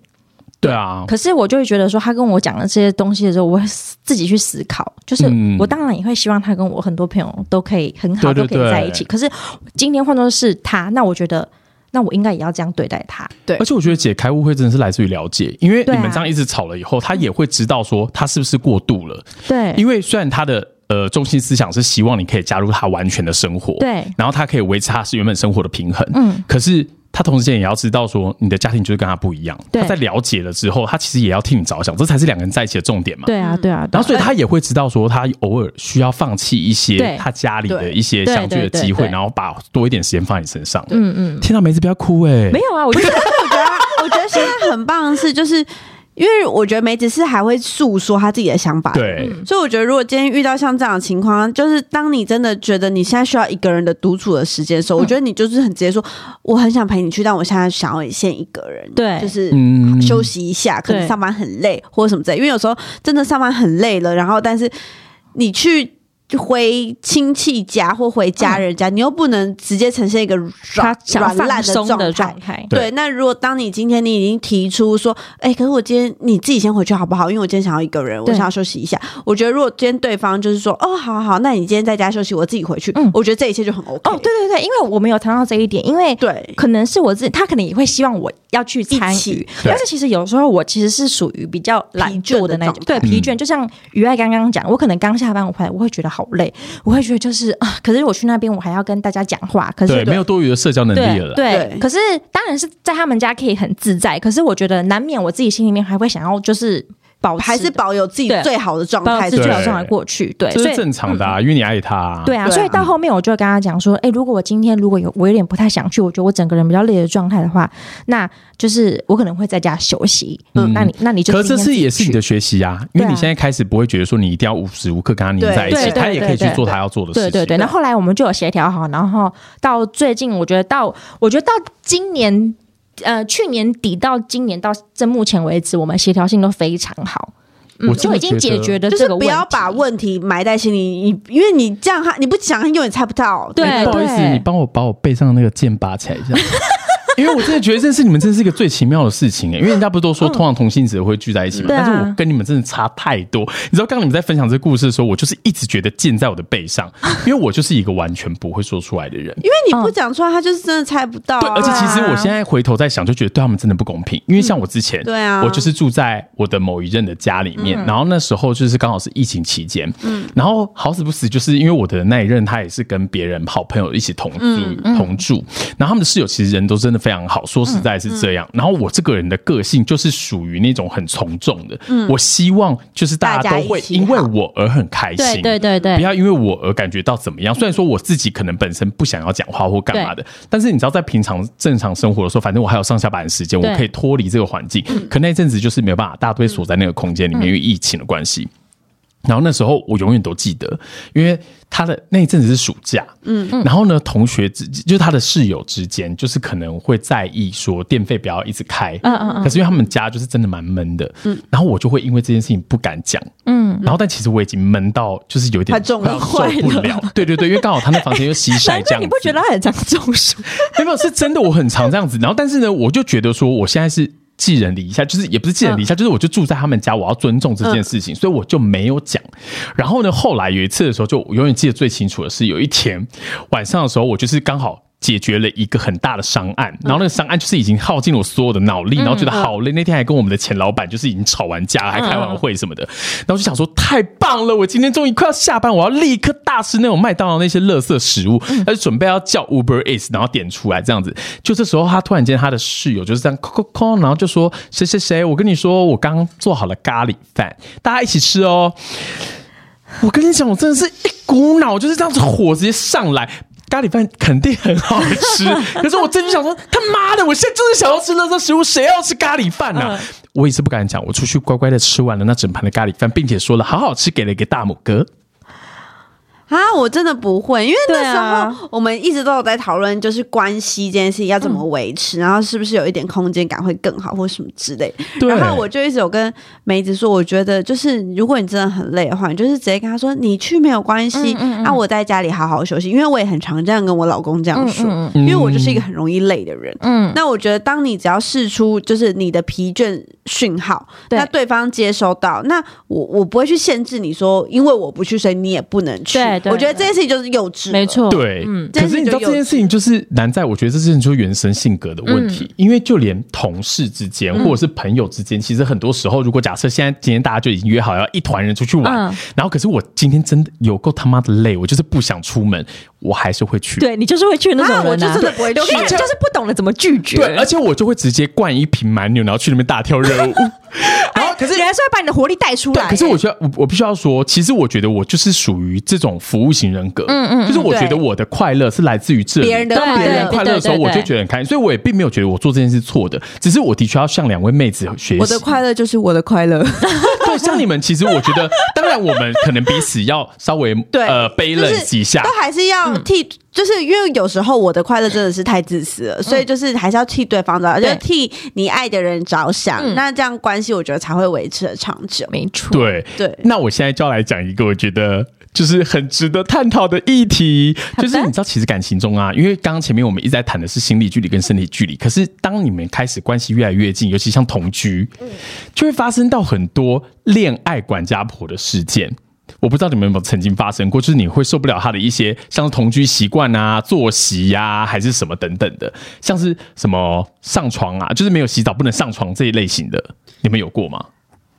[SPEAKER 1] 对啊，
[SPEAKER 4] 可是我就会觉得说，他跟我讲的这些东西的时候，我会自己去思考。就是
[SPEAKER 1] 嗯
[SPEAKER 4] 我当然也会希望他跟我很多朋友都可以很好，
[SPEAKER 1] 对对
[SPEAKER 4] 都可以在一起。
[SPEAKER 1] 对
[SPEAKER 4] 可是今天换作是他，那我觉得，那我应该也要这样对待他。
[SPEAKER 3] 对
[SPEAKER 1] 而且我觉得解开误会真的是来自于了解，因为你
[SPEAKER 4] 对啊
[SPEAKER 1] 们这样一直吵了以后，他也会知道说他是不是过度了。
[SPEAKER 4] 对
[SPEAKER 1] 因为虽然他的呃中心思想是希望你可以加入他完全的生活，
[SPEAKER 4] 对
[SPEAKER 1] 然后他可以维持他是原本生活的平衡，
[SPEAKER 4] 嗯，
[SPEAKER 1] 可是。他同时间也要知道说你的家庭就是跟他不一样。
[SPEAKER 5] 对
[SPEAKER 1] 他在了解了之后，他其实也要替你着想，这才是两个人在一起的重点嘛。
[SPEAKER 5] 对啊，对啊，对
[SPEAKER 1] 然
[SPEAKER 5] 啊
[SPEAKER 1] 后，所以他也会知道说，他偶尔需要放弃一些
[SPEAKER 5] 对
[SPEAKER 1] 他家里的
[SPEAKER 4] 对
[SPEAKER 1] 一些相聚的
[SPEAKER 5] 对对对
[SPEAKER 1] 机会，
[SPEAKER 5] 对
[SPEAKER 1] 然后把多一点时间放在你身上。
[SPEAKER 5] 嗯嗯，
[SPEAKER 1] 天哪，梅子不要哭哎！
[SPEAKER 5] 没有啊，我觉得
[SPEAKER 3] 我觉得，我觉得现在很棒的是，就是因为我觉得梅子是还会诉说她自己的想法，。
[SPEAKER 1] 对，
[SPEAKER 3] 所以我觉得，如果今天遇到像这样的情况，就是当你真的觉得你现在需要一个人的独处的时间的时候，
[SPEAKER 5] 嗯
[SPEAKER 3] 我觉得你就是很直接说，我很想陪你去，但我现在想要先一个人，
[SPEAKER 5] 对
[SPEAKER 3] 就是
[SPEAKER 1] 嗯
[SPEAKER 3] 休息一下，可能
[SPEAKER 5] 对
[SPEAKER 3] 上班很累或者什么之类，因为有时候真的上班很累了，然后但是你去。回亲戚家或回家人家，你又不能直接呈现一个
[SPEAKER 5] 嗯他
[SPEAKER 3] 软
[SPEAKER 5] 想
[SPEAKER 3] 软
[SPEAKER 5] 放
[SPEAKER 3] 烂
[SPEAKER 5] 松
[SPEAKER 3] 状
[SPEAKER 5] 的
[SPEAKER 3] 态
[SPEAKER 5] 状，态，
[SPEAKER 1] 对
[SPEAKER 3] 对，那如果当你今天你已经提出说，哎、可是我今天你自己先回去好不好？因为我今天想要一个人，我
[SPEAKER 5] 对
[SPEAKER 3] 想要休息一下。我觉得如果今天对方就是说，哦，好好好，那你今天在家休息，我自己回去，
[SPEAKER 4] 嗯
[SPEAKER 3] 我觉得这一切就很 OK。
[SPEAKER 4] 哦，对对对，因为我没有谈到这一点，因为
[SPEAKER 3] 对
[SPEAKER 4] 可能是我自己，他可能也会希望我要去参与
[SPEAKER 3] 一起，
[SPEAKER 1] 对
[SPEAKER 4] 但是其实有时候我其实是属于比较懒惰的那种
[SPEAKER 3] 疲倦的状
[SPEAKER 4] 对
[SPEAKER 3] 态，
[SPEAKER 4] 疲倦。
[SPEAKER 1] 嗯
[SPEAKER 4] 就像于爱刚刚讲，我可能刚下班回来，我会觉得好累，我会觉得就是啊，可是我去那边我还要跟大家讲话，可是
[SPEAKER 1] 对，没有多余的社交能力了
[SPEAKER 4] 对
[SPEAKER 1] 啦。
[SPEAKER 4] 对
[SPEAKER 3] 对，
[SPEAKER 4] 可是当然是在他们家可以很自在，可是我觉得难免我自己心里面还会想要就是保持
[SPEAKER 3] 还是保有自己
[SPEAKER 4] 对
[SPEAKER 3] 最好的状
[SPEAKER 4] 保
[SPEAKER 3] 态
[SPEAKER 4] 持
[SPEAKER 1] 对
[SPEAKER 4] 最好状态过去，对，
[SPEAKER 1] 这
[SPEAKER 4] 所以
[SPEAKER 1] 是正常的啊，因为你爱他啊。
[SPEAKER 4] 对啊，
[SPEAKER 3] 对啊
[SPEAKER 4] 所以到后面我就会跟他讲说，哎、如果我今天如果有我有点不太想去，我觉得我整个人比较累的状态的话，那就是我可能会在家休息。
[SPEAKER 1] 嗯
[SPEAKER 4] 嗯，那你那你就
[SPEAKER 1] 可是这
[SPEAKER 4] 今天
[SPEAKER 1] 次也是你的
[SPEAKER 4] 自己去
[SPEAKER 1] 学习啊，因为
[SPEAKER 4] 对啊
[SPEAKER 1] 你现在开始不会觉得说你一定要无时无刻跟他黏在一
[SPEAKER 4] 对
[SPEAKER 1] 起，
[SPEAKER 4] 对对
[SPEAKER 1] 他也可以去
[SPEAKER 4] 对对
[SPEAKER 1] 做他要做的事
[SPEAKER 4] 对
[SPEAKER 1] 情。
[SPEAKER 4] 对对，那后来我们就有协调好，然后到最近，我觉得到我觉得到今年，呃，去年底到今年到这目前为止，我们协调性都非常好，嗯
[SPEAKER 1] 我真
[SPEAKER 4] 就
[SPEAKER 1] 的
[SPEAKER 4] 已经
[SPEAKER 1] 觉得
[SPEAKER 4] 解决了
[SPEAKER 3] 就
[SPEAKER 4] 这
[SPEAKER 3] 是
[SPEAKER 4] 个问
[SPEAKER 3] 不
[SPEAKER 4] 题。
[SPEAKER 3] 要把问题埋在心里，你因为你这样他你不讲，他永远猜不到。
[SPEAKER 4] 对
[SPEAKER 1] 哎不好意思，
[SPEAKER 4] 对
[SPEAKER 1] 你帮我把我背上的那个剑拔起来一下。因为我真的觉得这是你们真是一个最奇妙的事 情哎、因为人家不是都说通常同性者会聚在一起嘛，
[SPEAKER 4] 嗯对啊
[SPEAKER 1] 但是我跟你们真的差太多。你知道，刚刚你们在分享这故事的时候，我就是一直觉得剑在我的背上，因为我就是一个完全不会说出来的人。
[SPEAKER 3] 因为你不讲出来，他就是真的猜不到、
[SPEAKER 1] 对，
[SPEAKER 3] 啊。
[SPEAKER 1] 而且其实我现在回头在想，就觉得对他们真的不公平。因为像我之前，
[SPEAKER 3] 对啊嗯
[SPEAKER 1] 我就是住在我的某一任的家里面，然后那时候就是刚好是疫情期间，嗯，然后好死不死，就是因为我的那一任他也是跟别人好朋友一起同住、
[SPEAKER 3] 嗯
[SPEAKER 1] 同住，然后他们的室友其实人都真的非常好，说实在是这样。
[SPEAKER 3] 嗯
[SPEAKER 1] 然后我这个人的个性就是属于那种很从众的，我希望就是大
[SPEAKER 3] 嗯大
[SPEAKER 1] 家
[SPEAKER 3] 家
[SPEAKER 1] 都会
[SPEAKER 3] 一起
[SPEAKER 1] 因为
[SPEAKER 3] 好
[SPEAKER 1] 我而很开心，
[SPEAKER 4] 对对对对
[SPEAKER 1] 不要因为我而感觉到怎么样。虽然说我自己可能本身不想要讲话或干嘛的，但是你知道，在平常正常生活的时候，反正我还有上下班的时间，
[SPEAKER 4] 对
[SPEAKER 1] 我可以脱离这个环境。可那一阵子就是没有办法，大家都会锁在那个空间里面，因为疫情的关系。然后那时候我永远都记得，因为他的那一阵子是暑假，嗯，然后呢，同学之就是他的室友之间，就是可能会在意说电费不要一直开，嗯嗯可是因为他们家就是真的蛮闷的，嗯，然后我就会因为这件事情不敢讲，嗯，然后但其实我已经闷到就是有一点
[SPEAKER 3] 他中
[SPEAKER 1] 快要受
[SPEAKER 3] 坏
[SPEAKER 1] 不了，对对对，因为刚好他那房间又 西晒
[SPEAKER 4] 难
[SPEAKER 1] 这
[SPEAKER 4] 怪
[SPEAKER 1] 样
[SPEAKER 4] 你
[SPEAKER 1] 子
[SPEAKER 4] 不，觉得他很像中暑？
[SPEAKER 1] 没有没有是真的，我很常这样子。然后，但是呢，我就觉得说，我现在是寄人篱下，就是也不是寄人篱下，就是我就住在他们家，我要尊重这件事情，嗯所以我就没有讲。然后呢，后来有一次的时候，就我永远记得最清楚的是，有一天晚上的时候，我就是刚好。解决了一个很大的商案，然后那个商案就是已经耗尽了我所有的脑力，然后觉得好累。那天还跟我们的前老板就是已经吵完架，还开完会什么的，然后就想说太棒了，我今天终于快要下班，我要立刻大吃那种麦当劳那些垃圾食物，他就准备要叫 Uber Eats，然后点出来这样子。就这时候，他突然间他的室友就是这样扣扣扣，然后就说谁谁谁，我跟你说，我刚刚做好了咖喱饭，大家一起吃哦。我跟你讲，我真的是一股脑就是这样子火直接上来。咖喱饭肯定很好吃， 可是我真的想说，他妈的，我现在真的想要吃垃圾食物，谁要吃咖喱饭呢、
[SPEAKER 3] 嗯
[SPEAKER 1] 啊？我也是不敢讲，我出去乖乖的吃完了那整盘的咖喱饭，并且说了好好吃，给了一个大拇哥。
[SPEAKER 3] 啊，我真的不会，因为那
[SPEAKER 4] 对
[SPEAKER 3] 时
[SPEAKER 4] 啊
[SPEAKER 3] 候我们一直都有在讨论，就是关系这件事情要怎
[SPEAKER 4] 嗯
[SPEAKER 3] 么维持，然后是不是有一点空间感会更好，或什么之类。
[SPEAKER 1] 对
[SPEAKER 3] 然后我就一直有跟梅子说，我觉得就是如果你真的很累的话，你就是直接跟他说你去没有关系，
[SPEAKER 4] 嗯
[SPEAKER 3] 啊，我在家里好好休息，因为我也很常这样跟我老公这样说，因为我就是一个很容易累的人。
[SPEAKER 4] 嗯，
[SPEAKER 3] 那我觉得，当你只要试出就是你的疲倦讯号，
[SPEAKER 4] 对
[SPEAKER 3] 那对方接收到，那我我不会去限制你说，因为我不去，所以你也不能去。
[SPEAKER 4] 对对
[SPEAKER 3] 我觉得这件事情就是幼稚，
[SPEAKER 4] 没。错，
[SPEAKER 1] 对，可
[SPEAKER 3] 但
[SPEAKER 1] 是
[SPEAKER 3] 是
[SPEAKER 1] 你知道
[SPEAKER 3] 就
[SPEAKER 1] 这件
[SPEAKER 3] 有
[SPEAKER 1] 事情就是难在，我觉得这件事情就是原生性格的问题，因为就连同事之间或者是朋友之间，其实很多时候，如果假设现在今天大家就已经约好要一团人出去玩，
[SPEAKER 4] 嗯
[SPEAKER 1] 然后可是我今天真的有够他妈的累，我就是不想出门，我还是会去。
[SPEAKER 4] 对你就是会去那种人、啊
[SPEAKER 3] 啊我就真的不会去
[SPEAKER 4] 我跟你讲就是不懂得怎么拒绝。
[SPEAKER 1] 对，而且我就会直接灌一瓶蛮牛，然后去那边大跳热舞。然后可是
[SPEAKER 4] 你还哎是要把你的活力带出来、
[SPEAKER 1] 对，可是我觉得我我必须要说，其实我觉得我就是属于这种服务型人格，嗯嗯，就是我觉得我的快乐是来自于这里，
[SPEAKER 4] 别人的
[SPEAKER 1] 当
[SPEAKER 4] 快乐
[SPEAKER 1] 别人快乐的时候，
[SPEAKER 4] 对对
[SPEAKER 1] 我
[SPEAKER 4] 对
[SPEAKER 1] 就觉得很开心，所以我也并没有觉得我做这件事错的，只是我的确要向两位妹子学习。
[SPEAKER 3] 我的快乐就是我的快乐，
[SPEAKER 1] 对，像你们，其实我觉得，当然我们可能彼此要稍微
[SPEAKER 3] 对，
[SPEAKER 1] 呃 balance 一下
[SPEAKER 3] 就是，都还是要替，就是因为有时候我的快乐真的是太自私了，所以就是还是要替对方着，
[SPEAKER 4] 对
[SPEAKER 3] 就替你爱的人着想，那这样关系我觉得才会维持的长久。
[SPEAKER 4] 没错，
[SPEAKER 1] 对
[SPEAKER 3] 对
[SPEAKER 1] 那我现在就要来讲一个我觉得就是很值得探讨的议题，就是你知道，其实感情中啊，因为刚刚前面我们一直在谈的是心理距离跟身体距离，可是当你们开始关系越来越近，尤其像同居，
[SPEAKER 3] 嗯
[SPEAKER 1] 就会发生到很多恋爱管家婆的事件。我不知道你们有没有曾经发生过，就是你会受不了他的一些像是同居习惯啊、作息呀、还是什么等等的，像是什么上床啊，就是没有洗澡不能上床这一类型的，你们有过吗？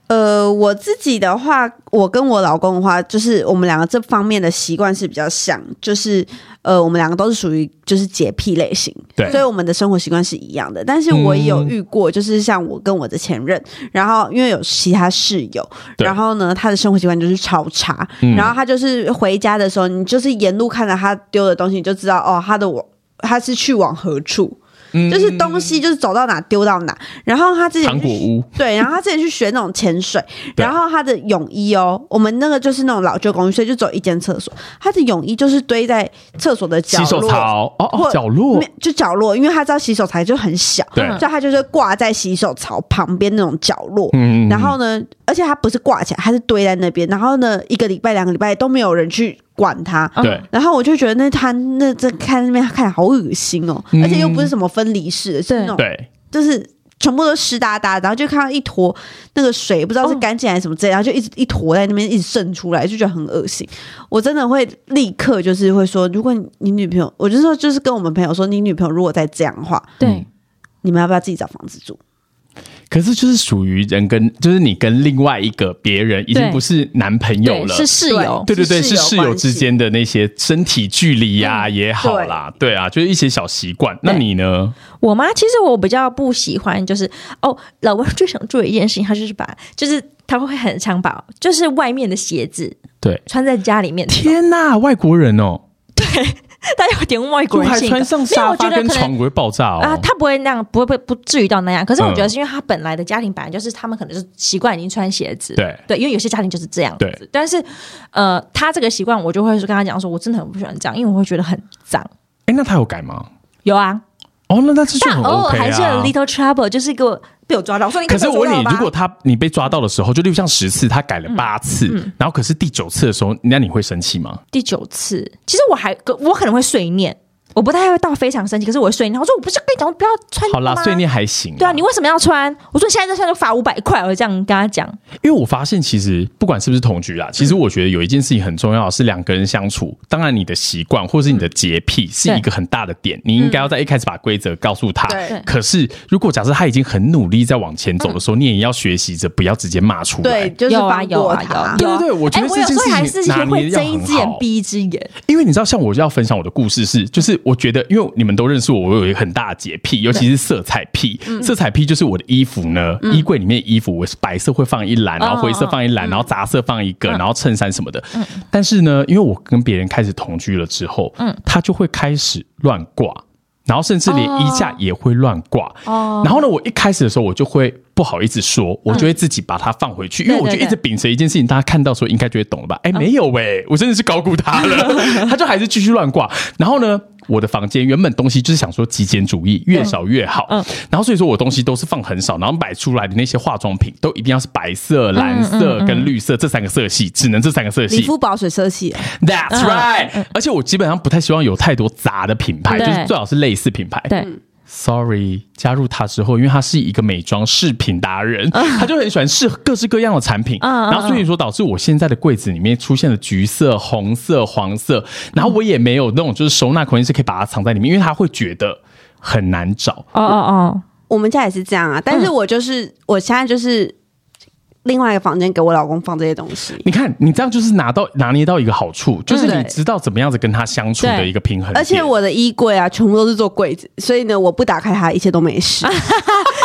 [SPEAKER 3] 呃，我自己的话，我跟我老公的话，就是我们两个这方面的习惯是比较像，就是呃，我们两个都是属于就是洁癖类型，
[SPEAKER 1] 对
[SPEAKER 3] 所以我们的生活习惯是一样的。但是我也有遇过，就是像我跟我的前任，然后因为有其他室友，
[SPEAKER 1] 对嗯
[SPEAKER 3] 然后呢，他的生活习惯就是超差，然后他就是回家的时候，你就是沿路看着他丢的东西，你就知道哦，他的我他是去往何处。就是东西就是走到哪丢到哪，然后他之
[SPEAKER 1] 嗯
[SPEAKER 3] 前
[SPEAKER 1] 糖果
[SPEAKER 3] 去
[SPEAKER 1] 屋
[SPEAKER 3] 对，然后他之前去学那种潜水，
[SPEAKER 1] 对
[SPEAKER 3] 然后他的泳衣哦，我们那个就是那种老旧公寓，所以就只有一间厕所，他的泳衣就是堆在厕所的角
[SPEAKER 1] 洗手
[SPEAKER 3] 落。
[SPEAKER 1] 槽哦哦
[SPEAKER 3] 或
[SPEAKER 1] 角落
[SPEAKER 3] 没，就角落，因为他知道洗手台就很小，
[SPEAKER 1] 对
[SPEAKER 4] 嗯
[SPEAKER 3] 所以他就是挂在洗手槽旁边那种角落。
[SPEAKER 1] 嗯
[SPEAKER 3] 然后呢，而且他不是挂起来，他是堆在那边。然后呢，一个礼拜、两个礼拜都没有人去管他。
[SPEAKER 4] 嗯
[SPEAKER 1] 对
[SPEAKER 3] 然后我就觉得那他那这看那边看好恶心哦，
[SPEAKER 1] 嗯
[SPEAKER 3] 而且又不是什么分离式的，是那种
[SPEAKER 1] 对，
[SPEAKER 3] 就是全部都湿哒哒，然后就看到一坨那个水，不知道是干净还是什么之类，然后就一直一坨在那边一直渗出来，就觉得很恶心。我真的会立刻就是会说，如果你你女朋友，我就说就是跟我们朋友说，你女朋友如果再这样的话，
[SPEAKER 4] 对
[SPEAKER 3] 你们要不要自己找房子住？
[SPEAKER 1] 可是就是属于人跟，就是你跟另外一个别人已经
[SPEAKER 4] 对
[SPEAKER 1] 不是男朋友
[SPEAKER 4] 对
[SPEAKER 1] 了，
[SPEAKER 4] 是室友，
[SPEAKER 1] 对对对，是
[SPEAKER 3] 是室友
[SPEAKER 1] 室友
[SPEAKER 3] 关系
[SPEAKER 1] 之间的那些身体距离呀、也好
[SPEAKER 4] 嗯
[SPEAKER 1] 啦，对啊，就是一些小习惯。那你呢？
[SPEAKER 4] 我妈其实我比较不喜欢，就是哦，老外最想做的一件事情，她就是把，就是她会很常把，就是外面的鞋子
[SPEAKER 1] 对，
[SPEAKER 4] 穿在家里面，
[SPEAKER 1] 天呐，外国人哦，
[SPEAKER 4] 她有点外
[SPEAKER 1] 就
[SPEAKER 4] 国人
[SPEAKER 1] 还
[SPEAKER 4] 性格
[SPEAKER 1] 穿上
[SPEAKER 4] 没有
[SPEAKER 1] 沙
[SPEAKER 4] 我觉
[SPEAKER 1] 发
[SPEAKER 4] 得
[SPEAKER 1] 跟
[SPEAKER 4] 可能
[SPEAKER 1] 床，我会爆炸哦。
[SPEAKER 4] 啊，他不会那样，不会不不至于到那样。可是我
[SPEAKER 1] 嗯
[SPEAKER 4] 觉得是因为他本来的家庭本来就是他们可能就是习惯已经穿鞋子，
[SPEAKER 1] 对
[SPEAKER 4] 对，因为有些家庭就是这样
[SPEAKER 1] 对
[SPEAKER 4] 子。但是呃，他这个习惯我就会跟他讲说，我真的很不喜欢这样，因为我会觉得很脏。
[SPEAKER 1] 哎，那他有改吗？
[SPEAKER 4] 有啊，
[SPEAKER 1] 哦，那他这就
[SPEAKER 4] 但
[SPEAKER 1] 很
[SPEAKER 4] 偶尔
[SPEAKER 1] OK
[SPEAKER 4] 还是有
[SPEAKER 1] 啊。
[SPEAKER 4] little trouble，就是给我被我抓到。我说你
[SPEAKER 1] 可是我问你，如
[SPEAKER 4] 吧
[SPEAKER 1] 果他你被抓到的时候，就例如像十次，他改了八次，然后可是第九次的时候，那你会生气吗？
[SPEAKER 4] 第九次，其实我还我可能会碎念，我不太会到非常生气，可是我会碎念。我说我不是跟你讲不要穿
[SPEAKER 1] 好啦，
[SPEAKER 4] 吗
[SPEAKER 1] 碎念还行啊。
[SPEAKER 4] 对啊，你为什么要穿？我说你现在再穿就罚五百块，我会这样跟他讲。
[SPEAKER 1] 因为我发现，其实不管是不是同居啦，其实我觉得有一件事情很重要，是两个人相处。当然，你的习惯或是你的洁癖是一个很大的点，你应该要在一开始把规则告诉他。
[SPEAKER 3] 对
[SPEAKER 1] 可是，如果假设他已经很努力在往前走的时候，你也要学习着不要直接骂出来
[SPEAKER 3] 对，。就是
[SPEAKER 4] 有啊
[SPEAKER 3] 放
[SPEAKER 4] 有
[SPEAKER 3] 过
[SPEAKER 4] 啊
[SPEAKER 3] 他。
[SPEAKER 4] 有啊
[SPEAKER 1] 对对对，我觉
[SPEAKER 4] 哎，
[SPEAKER 1] 得
[SPEAKER 4] 我
[SPEAKER 1] 这
[SPEAKER 4] 有
[SPEAKER 1] 件
[SPEAKER 4] 时
[SPEAKER 1] 事
[SPEAKER 4] 候还
[SPEAKER 1] 情
[SPEAKER 4] 是
[SPEAKER 1] 拿捏
[SPEAKER 4] 会
[SPEAKER 1] 要
[SPEAKER 4] 睁一
[SPEAKER 1] 很
[SPEAKER 4] 只眼
[SPEAKER 1] 好。
[SPEAKER 4] 闭一只眼。
[SPEAKER 1] 因为你知道，像我就要分享我的故事是，就是我觉得，因为你们都认识我，我有一个很大的洁癖，尤其是色彩癖。
[SPEAKER 4] 嗯
[SPEAKER 1] 色彩癖就是我的衣服呢，衣柜里面的衣服，我是白色会放一
[SPEAKER 4] 哦
[SPEAKER 1] 篮，然后灰色放一
[SPEAKER 4] 嗯
[SPEAKER 1] 篮，然后杂色放一个，然后衬衫什么的。但是呢，因为我跟别人开始同居了之后，
[SPEAKER 4] 嗯
[SPEAKER 1] 他就会开始乱挂。然后甚至连衣架也会乱挂，
[SPEAKER 4] 哦
[SPEAKER 1] 然后呢，我一开始的时候我就会不好意思说，我就会自己把它放回去，因为我就
[SPEAKER 4] 嗯对对
[SPEAKER 1] 一直
[SPEAKER 4] 对
[SPEAKER 1] 秉持一件事情，大家看到的时候应该就会懂了吧？
[SPEAKER 4] 哦
[SPEAKER 1] 哎，没有喂、我真的是高估他了， 他就还是继续乱挂。然后呢，我的房间原本东西就是想说极简主义，越少越好。
[SPEAKER 4] 嗯
[SPEAKER 1] 然后所以说我东西都是放很少，然后摆出来的那些化妆品都一定要是白色、蓝色跟绿色这三个色系，只能这三个色
[SPEAKER 3] 理
[SPEAKER 1] 系。
[SPEAKER 3] 肤保水色系，
[SPEAKER 1] That's right。而且我基本上不太希望有太多杂的品牌，就
[SPEAKER 4] 嗯对
[SPEAKER 1] 是最好是类似品牌。
[SPEAKER 4] 对，
[SPEAKER 3] 嗯
[SPEAKER 1] Sorry，加入他之后，因为他是一个美妆饰品达人，
[SPEAKER 3] 嗯
[SPEAKER 1] 他就很喜欢试各式各样的产品，
[SPEAKER 4] 嗯嗯
[SPEAKER 1] 然后所以说导致我现在的柜子里面出现了橘色、红色、黄色，然后我也没有那种就是收纳空间是可以把它藏在里面，因为他会觉得很难找。
[SPEAKER 4] 哦哦哦，
[SPEAKER 3] 我们家也是这样啊。但是我就是、我现在就是另外一个房间给我老公放这些东西。
[SPEAKER 1] 你看，你这样就是拿到拿捏到一个好处，就是
[SPEAKER 3] 嗯
[SPEAKER 1] 你知道怎么样子跟他相处的一个平衡点。
[SPEAKER 3] 而且我的衣柜啊，全部都是做柜子，所以呢，我不打开它，一切都没 事，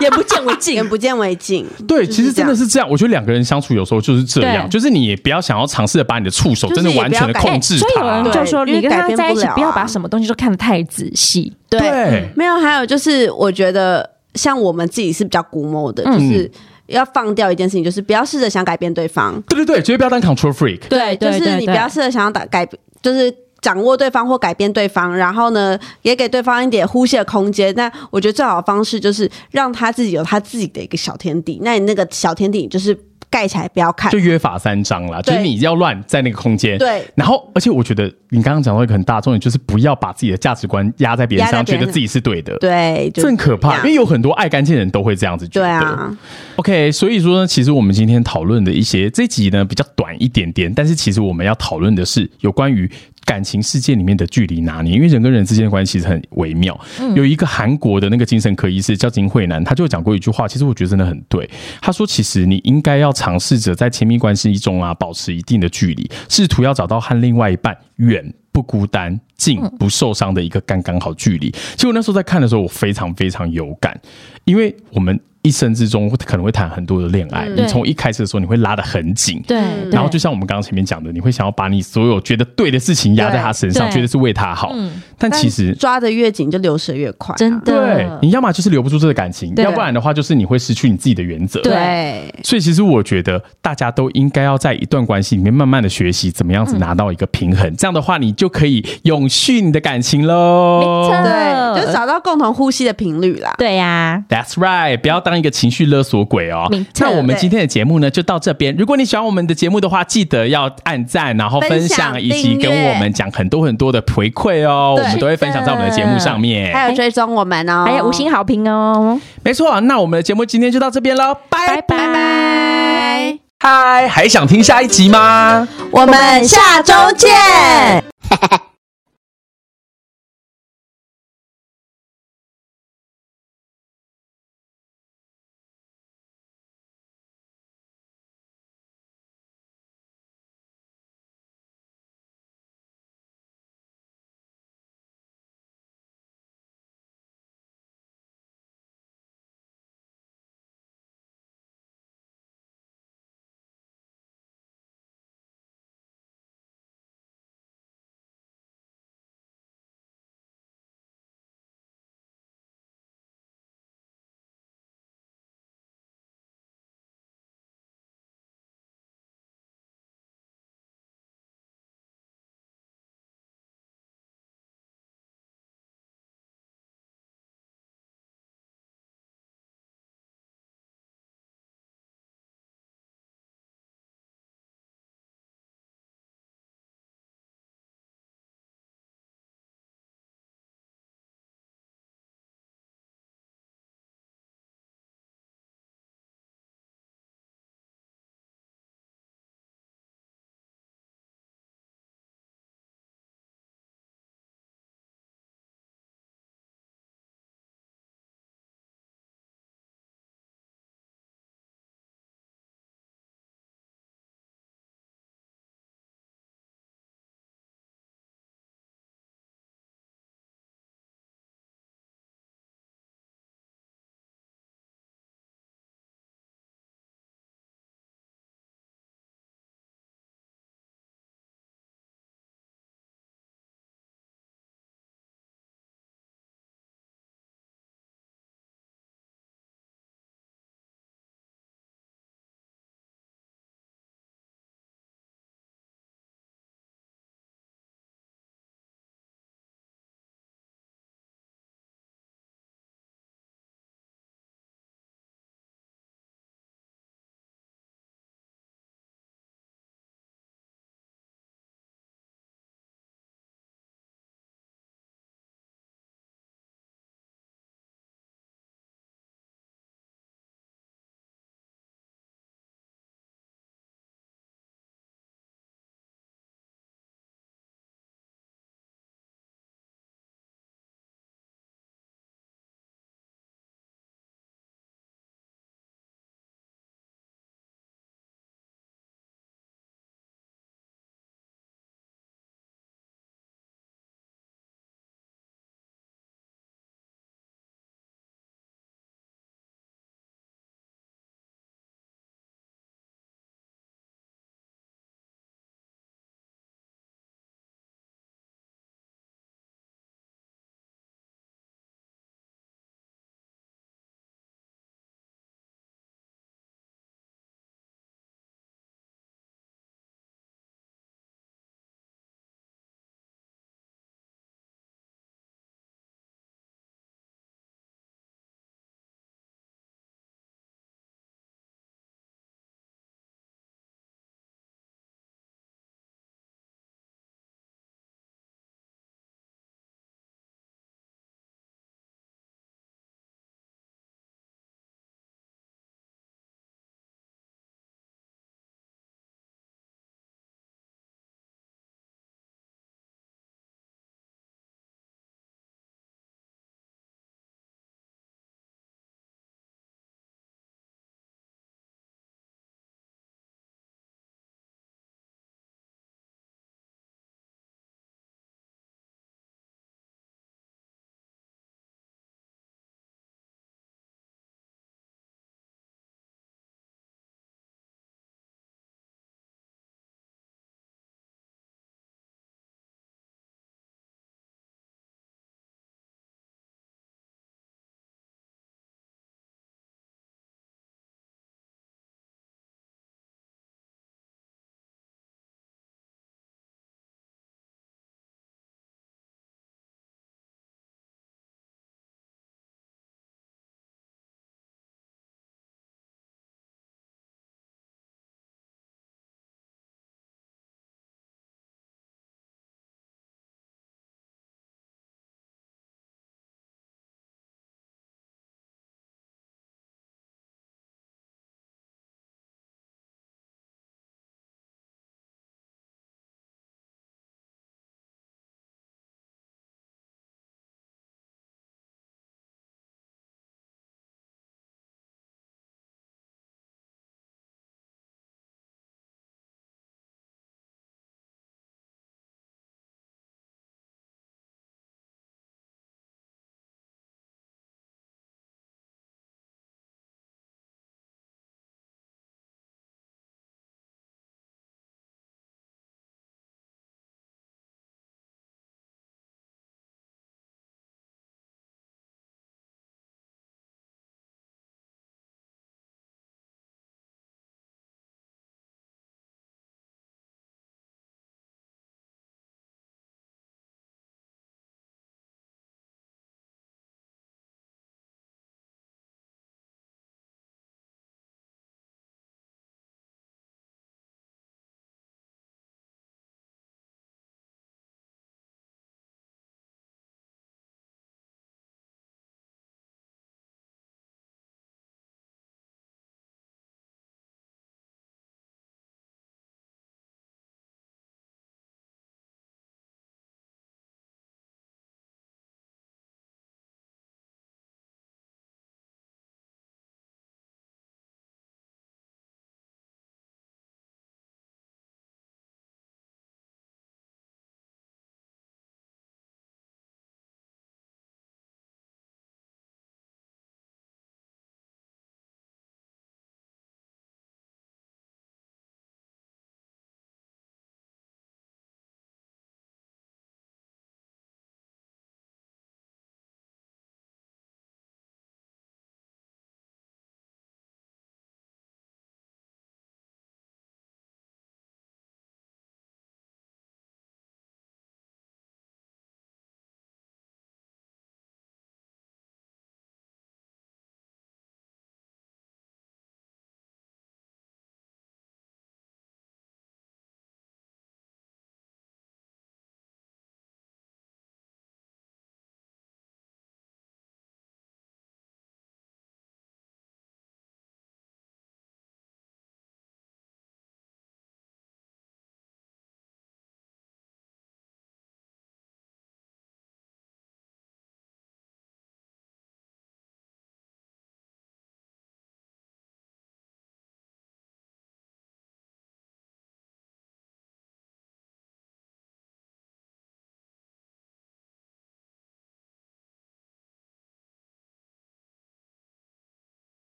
[SPEAKER 4] 眼不见为净
[SPEAKER 3] 眼。不见为净。
[SPEAKER 1] 对，
[SPEAKER 3] 就是
[SPEAKER 1] 其实真的
[SPEAKER 3] 这样
[SPEAKER 1] 是这样。我觉得两个人相处有时候就是这样，
[SPEAKER 4] 对
[SPEAKER 1] 就是你也不要想要尝试的把你的触手
[SPEAKER 3] 就
[SPEAKER 1] 真
[SPEAKER 3] 是
[SPEAKER 1] 的
[SPEAKER 3] 也
[SPEAKER 1] 完
[SPEAKER 3] 不要
[SPEAKER 1] 全的
[SPEAKER 3] 改
[SPEAKER 1] 控
[SPEAKER 4] 哎，
[SPEAKER 1] 制
[SPEAKER 4] 所以有
[SPEAKER 1] 它
[SPEAKER 4] 人。
[SPEAKER 3] 对
[SPEAKER 4] 就说，
[SPEAKER 3] 因
[SPEAKER 4] 你
[SPEAKER 3] 为
[SPEAKER 4] 跟
[SPEAKER 3] 改
[SPEAKER 4] 他
[SPEAKER 3] 变
[SPEAKER 4] 在一
[SPEAKER 3] 不
[SPEAKER 4] 起
[SPEAKER 3] 了，
[SPEAKER 4] 不要
[SPEAKER 3] 啊
[SPEAKER 4] 把什么东西都看得太仔细。
[SPEAKER 3] 对，
[SPEAKER 1] 对，
[SPEAKER 3] 没有，还有就是，我觉得像我们自己是比较古某的，
[SPEAKER 4] 嗯
[SPEAKER 3] 就是要放掉一件事情，就是不要试着想改变对方。
[SPEAKER 1] 对对对，绝对不要当 control freak。
[SPEAKER 4] 对
[SPEAKER 3] 就是你不要试着想要打改，就是掌握对方或改变对方，然后呢，也给对方一点呼吸的空间。那我觉得最好的方式就是让他自己有他自己的一个小天地。那你那个小天地就是盖起来不要看
[SPEAKER 1] 就，约法三章啦，就
[SPEAKER 3] 哎对
[SPEAKER 1] 是你要乱在那个空间。
[SPEAKER 3] 对
[SPEAKER 1] 然后而且我觉得你刚刚讲到一个很大的重点，就是不要把自己的价值观压在别人身
[SPEAKER 3] 压在
[SPEAKER 1] 上，
[SPEAKER 3] 别
[SPEAKER 1] 觉
[SPEAKER 3] 人
[SPEAKER 1] 得自己是对的。。
[SPEAKER 3] 对，就
[SPEAKER 1] 这很可
[SPEAKER 3] 这
[SPEAKER 1] 怕，
[SPEAKER 3] 样
[SPEAKER 1] 因为有很多爱干净的人都会这样子觉
[SPEAKER 3] 对
[SPEAKER 1] 得。
[SPEAKER 3] 啊，
[SPEAKER 1] OK，所以说呢，其实我们今天讨论的一些这集呢比较短一点点，但是其实我们要讨论的是有关于感情世界里面的距离拿捏，因为人跟人之间的关系其实很微妙。有一个韩国的那个精神科医师叫金惠南，他就讲过一句话，其实我觉得真的很对。他说，其实你应该要尝试着在亲密关系中啊保持一定的距离，试图要找到和另外一半远不孤单、近不受伤的一个刚刚好距离。其实我那时候在看的时候，我非常非常有感，因为我们一生之中可能会谈很多的恋爱，你
[SPEAKER 4] 嗯对嗯
[SPEAKER 1] 从一开始的时候你会拉得很紧。
[SPEAKER 4] 对，
[SPEAKER 3] 嗯
[SPEAKER 4] 对
[SPEAKER 1] 然后就像我们刚刚前面讲的，你会想要把你所有觉得对的事情压在他身上，
[SPEAKER 4] 对嗯
[SPEAKER 1] 觉得是为他好，但其实
[SPEAKER 3] 抓的越紧就流失得越快啊、
[SPEAKER 4] 真
[SPEAKER 1] 对
[SPEAKER 4] 的，
[SPEAKER 1] 你要么就是留不住这个感情，
[SPEAKER 4] 对
[SPEAKER 1] 要不然的话就是你会失去你自己的原则。
[SPEAKER 4] 对
[SPEAKER 3] 对。
[SPEAKER 1] 所以其实我觉得大家都应该要在一段关系里面慢慢的学习怎么样子拿到一个平衡，这样的话你就可以永续你的感情喽
[SPEAKER 4] 没。错
[SPEAKER 3] 对，就是找到共同呼吸的频率啦。
[SPEAKER 4] 嗯对呀，
[SPEAKER 1] That's right，不要当一个情绪勒索鬼哦
[SPEAKER 4] 没错。
[SPEAKER 1] 那我们今天的节目呢，就到这边。如果你喜欢我们的节目的话，记得要按赞，然后分
[SPEAKER 3] 分享
[SPEAKER 1] 享，以及
[SPEAKER 3] 订阅
[SPEAKER 1] 跟我们讲很多很多的回馈哦，
[SPEAKER 3] 对
[SPEAKER 1] 我们都会分享在我们的节目上面。
[SPEAKER 3] 还有追踪我们哦，
[SPEAKER 4] 还有五星好评哦，
[SPEAKER 1] 没错，啊那我们的节目今天就到这边喽，拜
[SPEAKER 4] 拜
[SPEAKER 1] 拜。
[SPEAKER 4] 拜。
[SPEAKER 1] 嗨，还想听下一集吗？
[SPEAKER 3] 我们下周见。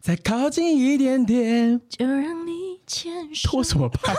[SPEAKER 4] 再靠近一点点，
[SPEAKER 1] 就让你牵手
[SPEAKER 4] 拖什么拍？